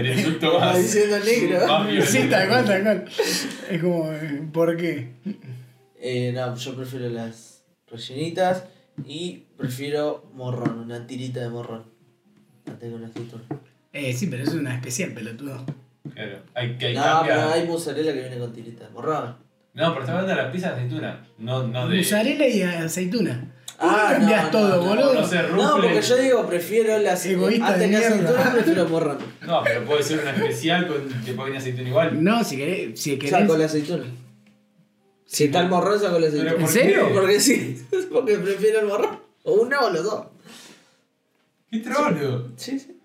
[SPEAKER 2] <laughs> El insulto
[SPEAKER 3] Como
[SPEAKER 2] más.
[SPEAKER 3] diciendo negro.
[SPEAKER 2] más violento.
[SPEAKER 4] Sí, tal cual, tal cual. Es como, eh, ¿por qué?
[SPEAKER 3] Eh, no, yo prefiero las rellenitas y prefiero morrón, una tirita de morrón. Antes que una aceituna.
[SPEAKER 4] Eh, sí, pero eso es una especial, pelotudo.
[SPEAKER 2] Claro. Hay que hay
[SPEAKER 3] No,
[SPEAKER 2] cambiar.
[SPEAKER 3] pero hay mozzarella que viene con tirita de morrón.
[SPEAKER 2] No, pero está hablando de la pizza de aceituna. No, no Ah, de.
[SPEAKER 4] Mozzarella y aceituna.
[SPEAKER 3] Ah,
[SPEAKER 4] Ah, cambias
[SPEAKER 3] no,
[SPEAKER 4] todo,
[SPEAKER 3] no, no,
[SPEAKER 4] boludo.
[SPEAKER 2] No sé,
[SPEAKER 3] No,
[SPEAKER 2] ruple.
[SPEAKER 3] porque yo digo, prefiero las
[SPEAKER 4] Egoísta
[SPEAKER 3] antes
[SPEAKER 4] de
[SPEAKER 3] que
[SPEAKER 4] mierda.
[SPEAKER 3] aceituna, prefiero <laughs> morrón.
[SPEAKER 2] No, pero puede ser una especial con que puede venir aceituna igual.
[SPEAKER 4] No, si querés. Si querés
[SPEAKER 3] Saco la aceituna. Si está el morrón, saco la aceituna.
[SPEAKER 2] Pero
[SPEAKER 4] ¿En
[SPEAKER 2] ¿por
[SPEAKER 4] serio?
[SPEAKER 2] qué?
[SPEAKER 3] Porque sí, <laughs> porque prefiero el morrón. O uno o los dos.
[SPEAKER 2] ¿Qué trolo?
[SPEAKER 3] Sí, sí.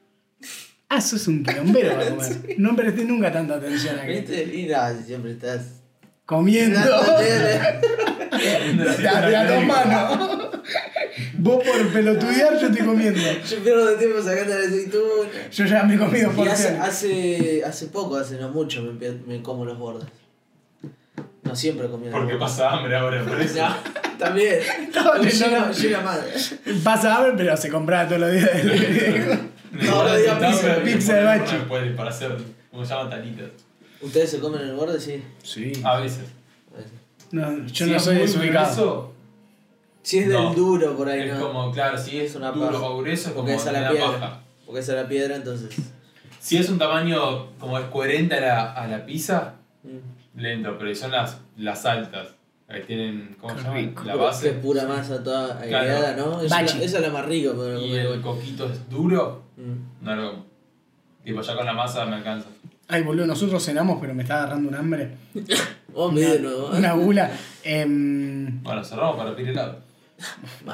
[SPEAKER 4] Ah, sos un quilombero
[SPEAKER 3] <laughs>
[SPEAKER 4] para comer. No presté nunca tanta atención a que
[SPEAKER 3] <laughs> ¿Viste? Y nada, siempre estás.
[SPEAKER 4] comiendo.
[SPEAKER 3] Nada, nada.
[SPEAKER 4] Te las dos manos. Vos por pelotudear, yo estoy comiendo.
[SPEAKER 3] Yo pierdo de tiempo sacando la aceituna.
[SPEAKER 4] Yo ya me he comido
[SPEAKER 3] Y hace,
[SPEAKER 4] porción.
[SPEAKER 3] hace, hace poco, hace no mucho, me, empie- me como los bordes. No siempre comía los
[SPEAKER 2] Porque
[SPEAKER 3] bordes.
[SPEAKER 2] pasa hambre ahora, por eso.
[SPEAKER 3] No, <laughs> también.
[SPEAKER 4] <laughs> No,
[SPEAKER 3] Porque
[SPEAKER 4] no,
[SPEAKER 3] Llega
[SPEAKER 4] no.
[SPEAKER 3] llega madre.
[SPEAKER 4] Pasa hambre, pero se compraba todos los días.
[SPEAKER 3] Ahora
[SPEAKER 2] Necesitas
[SPEAKER 3] diga
[SPEAKER 2] sentarme
[SPEAKER 3] pizza,
[SPEAKER 2] a ver
[SPEAKER 4] pizza
[SPEAKER 2] qué
[SPEAKER 4] de
[SPEAKER 2] ponen
[SPEAKER 4] bacho.
[SPEAKER 2] después Para hacer, como se llaman, talitas.
[SPEAKER 3] ¿Ustedes se comen el borde? Sí.
[SPEAKER 4] Sí.
[SPEAKER 2] A veces.
[SPEAKER 4] No, yo
[SPEAKER 2] Si
[SPEAKER 4] no
[SPEAKER 2] es
[SPEAKER 4] soy
[SPEAKER 2] muy
[SPEAKER 4] desubicado.
[SPEAKER 2] grueso,
[SPEAKER 3] Si es
[SPEAKER 2] No.
[SPEAKER 3] del duro por ahí,
[SPEAKER 2] Es
[SPEAKER 3] ¿no?
[SPEAKER 2] como, claro, si es
[SPEAKER 3] Es una
[SPEAKER 2] duro
[SPEAKER 3] paja.
[SPEAKER 2] o grueso, es como
[SPEAKER 3] Porque es a
[SPEAKER 2] me
[SPEAKER 3] la
[SPEAKER 2] da
[SPEAKER 3] piedra.
[SPEAKER 2] paja.
[SPEAKER 3] Porque es a la piedra, entonces.
[SPEAKER 2] Si es un tamaño como es coherente a la, a la pizza,
[SPEAKER 3] mm.
[SPEAKER 2] lento, pero son las, las altas. Ahí tienen, ¿cómo
[SPEAKER 4] Qué
[SPEAKER 2] se llama?
[SPEAKER 4] rico.
[SPEAKER 2] La
[SPEAKER 3] Que es
[SPEAKER 2] base.
[SPEAKER 3] pura masa toda aireada, ¿no? Esa,
[SPEAKER 4] Bachi.
[SPEAKER 3] esa es la más rica, Mm. pero
[SPEAKER 2] Y el coquito es duro, no lo como. Tipo, ya con la masa me alcanza.
[SPEAKER 4] Ay, boludo, nosotros cenamos, pero me está agarrando un hambre.
[SPEAKER 3] Vos ¿eh? me de nuevo.
[SPEAKER 4] Una gula. Em,
[SPEAKER 2] Bueno, cerramos para pedir helado.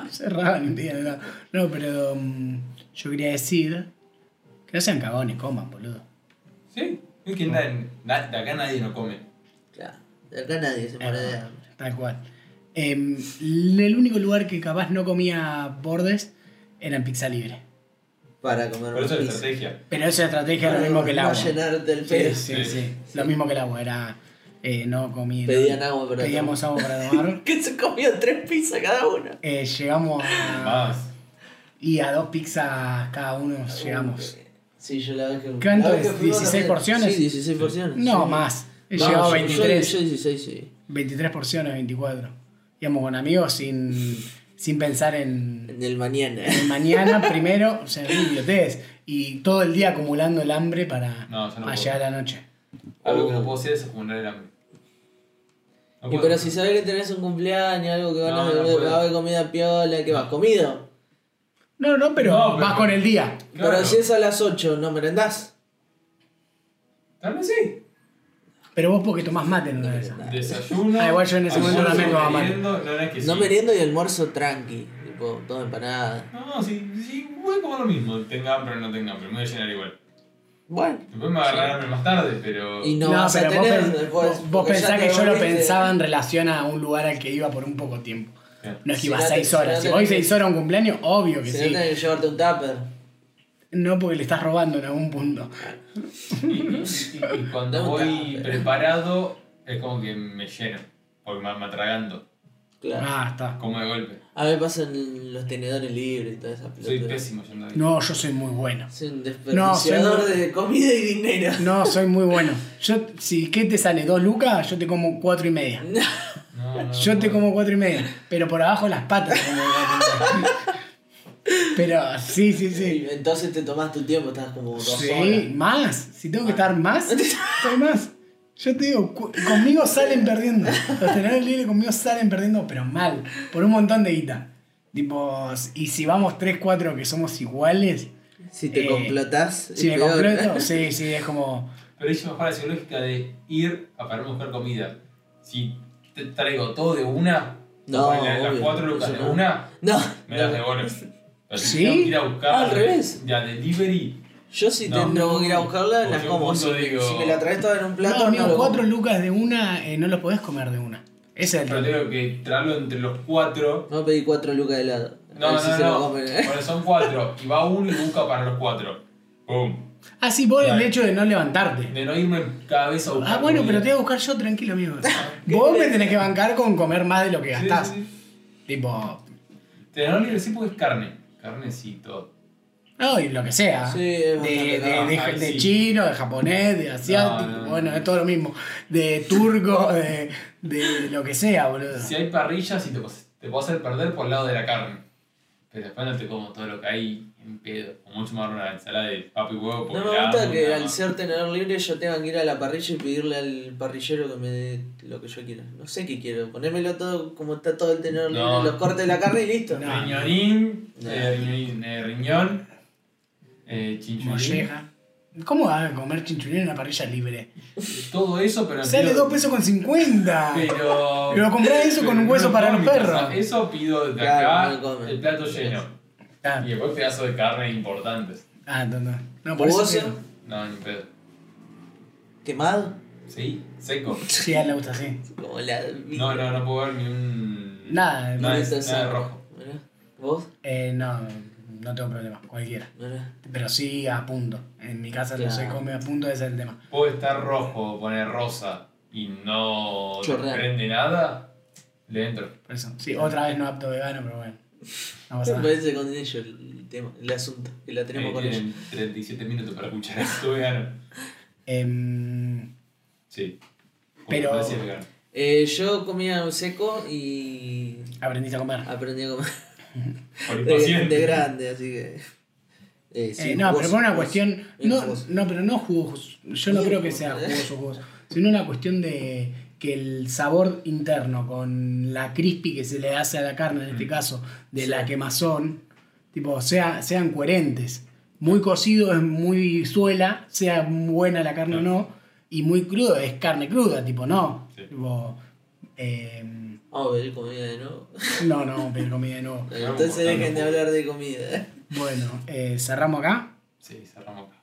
[SPEAKER 4] cerraban un día, no. No, pero mm, yo quería decir que no sean cagones, coman, boludo.
[SPEAKER 2] ¿Sí? Es que na- na- de acá nadie no come.
[SPEAKER 3] Claro. De acá nadie se muere de hambre.
[SPEAKER 4] Eh, Tal cual. Em, el único lugar que capaz no comía bordes era en pizza libre.
[SPEAKER 3] Para comer
[SPEAKER 2] Pero eso es
[SPEAKER 3] pizza.
[SPEAKER 2] estrategia.
[SPEAKER 4] Pero esa estrategia era lo mismo que el
[SPEAKER 3] no
[SPEAKER 4] agua.
[SPEAKER 3] llenarte el
[SPEAKER 4] Sí,
[SPEAKER 3] pelo.
[SPEAKER 4] sí,
[SPEAKER 2] Sí.
[SPEAKER 4] sí. Lo mismo que el agua, era eh, no comí.
[SPEAKER 3] Pedían
[SPEAKER 4] no-
[SPEAKER 3] agua para
[SPEAKER 4] Pedíamos agua para
[SPEAKER 3] <laughs>
[SPEAKER 4] tomar.
[SPEAKER 3] Que se comió tres pizzas cada uno.
[SPEAKER 4] Eh, llegamos a.
[SPEAKER 2] Más.
[SPEAKER 4] Y a dos pizzas cada uno llegamos.
[SPEAKER 3] Sí, yo la vez que.
[SPEAKER 4] ¿Cuánto
[SPEAKER 3] la vez
[SPEAKER 4] es?
[SPEAKER 3] que fuimos
[SPEAKER 4] 16
[SPEAKER 3] también.
[SPEAKER 4] porciones?
[SPEAKER 3] Sí, 16 porciones.
[SPEAKER 4] No,
[SPEAKER 3] sí.
[SPEAKER 4] más. He
[SPEAKER 3] No,
[SPEAKER 4] llegado a
[SPEAKER 3] yo-
[SPEAKER 4] 23.
[SPEAKER 3] Yo, yo 16, sí.
[SPEAKER 4] 23 porciones, 24. Íbamos con amigos sin, sin pensar en,
[SPEAKER 3] En el mañana.
[SPEAKER 4] en mañana primero, o sea, en biblioteques. Y todo el día acumulando el hambre para
[SPEAKER 2] No, yo no
[SPEAKER 4] para
[SPEAKER 2] puedo.
[SPEAKER 4] llegar a la noche.
[SPEAKER 2] Algo que no puedo hacer es acumular el hambre. No
[SPEAKER 3] <laughs> Y
[SPEAKER 2] puedo.
[SPEAKER 3] pero si sabés que tenés un cumpleaños, algo que van
[SPEAKER 2] No,
[SPEAKER 3] a
[SPEAKER 2] no puedo.
[SPEAKER 3] va a haber comida piola, ¿qué vas? ¿Comido?
[SPEAKER 4] No, no, pero,
[SPEAKER 2] No, pero-
[SPEAKER 4] vas con el día.
[SPEAKER 2] Claro.
[SPEAKER 3] Pero si es a las 8, ¿no merendás?
[SPEAKER 2] Tal vez sí.
[SPEAKER 4] Pero vos porque tomás mate en una de esas.
[SPEAKER 2] Desayuno.
[SPEAKER 4] <laughs> Ah, igual yo en ese momento
[SPEAKER 2] almuerzo,
[SPEAKER 4] también tomaba mal.
[SPEAKER 2] meriendo, No, no es que
[SPEAKER 3] No
[SPEAKER 2] sí.
[SPEAKER 3] meriendo y almuerzo tranqui, tipo, todo empanada.
[SPEAKER 2] No, sí, sí, voy a comer lo mismo. Tenga hambre o no tenga hambre, me voy a llenar igual.
[SPEAKER 3] Bueno.
[SPEAKER 2] Después me va a agarrar hambre más tarde, pero.
[SPEAKER 3] Y no, vas a
[SPEAKER 4] pero vos,
[SPEAKER 3] tener
[SPEAKER 4] pen-
[SPEAKER 3] después.
[SPEAKER 4] vos- vos
[SPEAKER 3] porque ya
[SPEAKER 4] pensás
[SPEAKER 3] te
[SPEAKER 4] que yo lo
[SPEAKER 3] volviste.
[SPEAKER 4] pensaba en relación a un lugar al que iba por un poco tiempo.
[SPEAKER 2] Bien.
[SPEAKER 3] <laughs>
[SPEAKER 4] No es que
[SPEAKER 3] Si
[SPEAKER 4] iba
[SPEAKER 3] no te-
[SPEAKER 4] 6
[SPEAKER 3] si no te-
[SPEAKER 4] horas. Si vos ibas 6 horas a un cumpleaños, obvio que
[SPEAKER 3] Si no
[SPEAKER 4] sí.
[SPEAKER 3] tenés que llevarte un tupper.
[SPEAKER 4] No porque le estás robando en algún punto.
[SPEAKER 2] Y, y- y cuando
[SPEAKER 3] No,
[SPEAKER 2] voy
[SPEAKER 3] no, pero-
[SPEAKER 2] preparado, es como que me lleno. Porque me, me atragando.
[SPEAKER 3] Claro.
[SPEAKER 4] Ah, está.
[SPEAKER 2] Como de golpe.
[SPEAKER 3] A mí me pasan los tenedores libres y toda esa
[SPEAKER 2] Soy
[SPEAKER 3] pelotuda.
[SPEAKER 2] pésimo yendo ahí.
[SPEAKER 4] No, yo soy muy bueno.
[SPEAKER 3] Soy un
[SPEAKER 4] No, soy
[SPEAKER 3] desperdiciador
[SPEAKER 4] muy-
[SPEAKER 3] de comida y dinero.
[SPEAKER 4] No, soy muy bueno. Yo, si qué te sale dos lucas, yo te como cuatro y media.
[SPEAKER 3] <laughs>
[SPEAKER 2] No, no,
[SPEAKER 4] Yo te
[SPEAKER 2] no.
[SPEAKER 4] como cuatro y media, pero por abajo las patas. como cuatro y media. <laughs> Pero sí, sí, sí.
[SPEAKER 3] Entonces te tomás tu tiempo, estás como dos horas.
[SPEAKER 4] Sí, más. Si tengo que estar más, estoy más. Yo te digo, cu- conmigo salen perdiendo. Los tenedores libres conmigo salen perdiendo, pero mal. Por un montón de guita. Tipo, y si vamos tres, cuatro que somos iguales,
[SPEAKER 3] Si te
[SPEAKER 4] Eh,
[SPEAKER 3] complotás,
[SPEAKER 4] si
[SPEAKER 3] es
[SPEAKER 4] me
[SPEAKER 3] peor.
[SPEAKER 4] completo, sí, sí, es como.
[SPEAKER 2] Pero ella me la psicológica de ir a parar a buscar comida. Si te traigo todo de una,
[SPEAKER 3] No,
[SPEAKER 2] ponele las
[SPEAKER 3] obvio,
[SPEAKER 2] cuatro lucas
[SPEAKER 3] eso
[SPEAKER 2] de
[SPEAKER 3] no.
[SPEAKER 2] una,
[SPEAKER 3] No,
[SPEAKER 2] me las
[SPEAKER 3] no. <laughs>
[SPEAKER 2] devuelves. Pero si
[SPEAKER 4] ¿Sí?
[SPEAKER 2] tengo que ir a buscar
[SPEAKER 3] Ah, al revés.
[SPEAKER 2] Ya, delivery.
[SPEAKER 3] Yo si
[SPEAKER 2] No.
[SPEAKER 3] tengo que ir a buscarla,
[SPEAKER 2] Porque
[SPEAKER 3] las
[SPEAKER 2] yo
[SPEAKER 3] como. Si,
[SPEAKER 2] justo digo-
[SPEAKER 3] si me <laughs> la traes toda en un plato,
[SPEAKER 4] no,
[SPEAKER 3] no,
[SPEAKER 4] amigo,
[SPEAKER 3] lo como.
[SPEAKER 4] cuatro lucas de una eh, no los podés comer de una. Ese es el
[SPEAKER 2] Pero
[SPEAKER 4] tema.
[SPEAKER 2] tengo que traerlo entre los cuatro.
[SPEAKER 3] No pedí cuatro lucas de helado.
[SPEAKER 2] No,
[SPEAKER 3] a
[SPEAKER 2] no,
[SPEAKER 3] ver si se lo
[SPEAKER 2] no.
[SPEAKER 3] comen. ¿eh?
[SPEAKER 2] Bueno, son
[SPEAKER 3] <laughs>
[SPEAKER 2] cuatro. Y va uno y busca para los cuatro. Pum.
[SPEAKER 4] Ah, sí, vos el
[SPEAKER 2] Claro.
[SPEAKER 4] hecho de no levantarte.
[SPEAKER 2] De no irme cada vez a buscar.
[SPEAKER 4] Ah, bueno,
[SPEAKER 2] comida.
[SPEAKER 4] pero te voy a buscar yo,
[SPEAKER 2] <laughs>
[SPEAKER 4] tranquilo, amigo. Vos me tenés que bancar con comer más de lo que
[SPEAKER 2] Sí, sí,
[SPEAKER 4] gastás.
[SPEAKER 2] sí.
[SPEAKER 4] Tipo,
[SPEAKER 2] Te no libre sí porque es carne. Carnecito.
[SPEAKER 4] no, y lo que sea.
[SPEAKER 3] Sí,
[SPEAKER 4] de,
[SPEAKER 3] es bastante
[SPEAKER 4] de-
[SPEAKER 3] caro.
[SPEAKER 4] de-
[SPEAKER 2] Ay,
[SPEAKER 4] de
[SPEAKER 2] sí.
[SPEAKER 4] chino, de japonés, de asiático,
[SPEAKER 2] No, no, no.
[SPEAKER 4] bueno, es todo lo mismo. De turco, de, de lo que sea, boludo.
[SPEAKER 2] Si hay parrillas, sí te, puedo- te puedo hacer perder por el lado de la carne. Pero después no te como todo lo que hay en pedo. O mucho más una ensalada de papo y huevo. porque
[SPEAKER 3] No me
[SPEAKER 2] la
[SPEAKER 3] gusta
[SPEAKER 2] amo,
[SPEAKER 3] que
[SPEAKER 2] la
[SPEAKER 3] al
[SPEAKER 2] amo.
[SPEAKER 3] ser tenedor libre yo tenga que ir a la parrilla y pedirle al parrillero que me dé lo que yo quiera. No sé qué quiero, ponérmelo todo como está todo el tenedor libre,
[SPEAKER 2] No.
[SPEAKER 3] los cortes de la carne y listo.
[SPEAKER 4] No.
[SPEAKER 2] Riñonín,
[SPEAKER 3] No.
[SPEAKER 2] eh, riñonín, eh, riñón, eh, chinchulín.
[SPEAKER 4] Molleja. ¿Cómo vas a comer chinchulín en una parrilla libre?
[SPEAKER 2] Todo eso, pero.
[SPEAKER 4] Sale
[SPEAKER 2] pido-
[SPEAKER 4] 2 pesos con 50.
[SPEAKER 2] <laughs> Pero.
[SPEAKER 4] Pero comprá eso con un
[SPEAKER 2] pero
[SPEAKER 4] hueso
[SPEAKER 2] no
[SPEAKER 4] para
[SPEAKER 2] como
[SPEAKER 4] los
[SPEAKER 2] mi casa.
[SPEAKER 4] perros.
[SPEAKER 2] Eso pido de
[SPEAKER 3] Claro,
[SPEAKER 2] acá
[SPEAKER 3] no come.
[SPEAKER 2] el plato lleno.
[SPEAKER 4] Ah,
[SPEAKER 2] Y después pedazos de carne importantes.
[SPEAKER 4] Ah, no, no. No, por eso.
[SPEAKER 3] ¿Jugoso?
[SPEAKER 4] que-
[SPEAKER 2] No, ni pedo.
[SPEAKER 3] ¿Quemado?
[SPEAKER 2] ¿Sí? Seco.
[SPEAKER 4] Sí, a él le gusta así.
[SPEAKER 3] Como la...
[SPEAKER 2] No, no, no puedo ver ni un.
[SPEAKER 4] Nada,
[SPEAKER 2] No,
[SPEAKER 4] eh,
[SPEAKER 2] es-
[SPEAKER 3] Entonces,
[SPEAKER 2] nada de rojo.
[SPEAKER 3] mirá, ¿Vos?
[SPEAKER 4] eh, no, no tengo problema, cualquiera.
[SPEAKER 3] Mirá.
[SPEAKER 4] Pero sí a punto. En mi casa no se
[SPEAKER 3] Claro.
[SPEAKER 4] come a punto, ese es el tema.
[SPEAKER 2] Puedo estar rojo, poner rosa y no
[SPEAKER 3] Chorrear.
[SPEAKER 2] prende nada, le entro.
[SPEAKER 4] Por eso. Sí, otra vez no apto vegano, pero bueno. No pasa
[SPEAKER 3] Me
[SPEAKER 4] nada.
[SPEAKER 3] parece con ellos el tema, el asunto, que la tenemos
[SPEAKER 2] Eh,
[SPEAKER 3] con ellos.
[SPEAKER 2] tienen 37 minutos para escuchar esto vegano.
[SPEAKER 4] Em,
[SPEAKER 2] Sí. Como
[SPEAKER 4] Pero-
[SPEAKER 2] decía vegano.
[SPEAKER 3] Eh, yo comía seco y
[SPEAKER 4] aprendiste a comer.
[SPEAKER 3] aprendí a comer
[SPEAKER 2] Por
[SPEAKER 3] de,
[SPEAKER 2] impaciente.
[SPEAKER 3] de grande, así que. Eh, sí, eh,
[SPEAKER 4] Eh, no, pero
[SPEAKER 3] jugoso,
[SPEAKER 4] por una
[SPEAKER 3] jugoso,
[SPEAKER 4] cuestión.
[SPEAKER 3] bien
[SPEAKER 4] No,
[SPEAKER 3] jugoso.
[SPEAKER 4] no, pero no jugoso. Yo no
[SPEAKER 3] Bien
[SPEAKER 4] creo que
[SPEAKER 3] jugoso.
[SPEAKER 4] sea jugoso jugoso. Sino una cuestión de que el sabor interno con la crispy que se le hace a la carne, en este
[SPEAKER 2] Mm.
[SPEAKER 4] caso, de
[SPEAKER 3] Sí.
[SPEAKER 4] la quemazón, tipo, sea, sean coherentes. Muy cocido es muy suela, sea buena la carne o no, y muy crudo es carne cruda, tipo, no.
[SPEAKER 2] Sí.
[SPEAKER 4] Tipo, em,
[SPEAKER 3] Vamos a pedir comida de nuevo.
[SPEAKER 4] no, no, vamos a pedir comida de nuevo.
[SPEAKER 3] Entonces dejen de hablar de comida.
[SPEAKER 4] Bueno, eh, cerramos acá.
[SPEAKER 2] Sí, cerramos acá.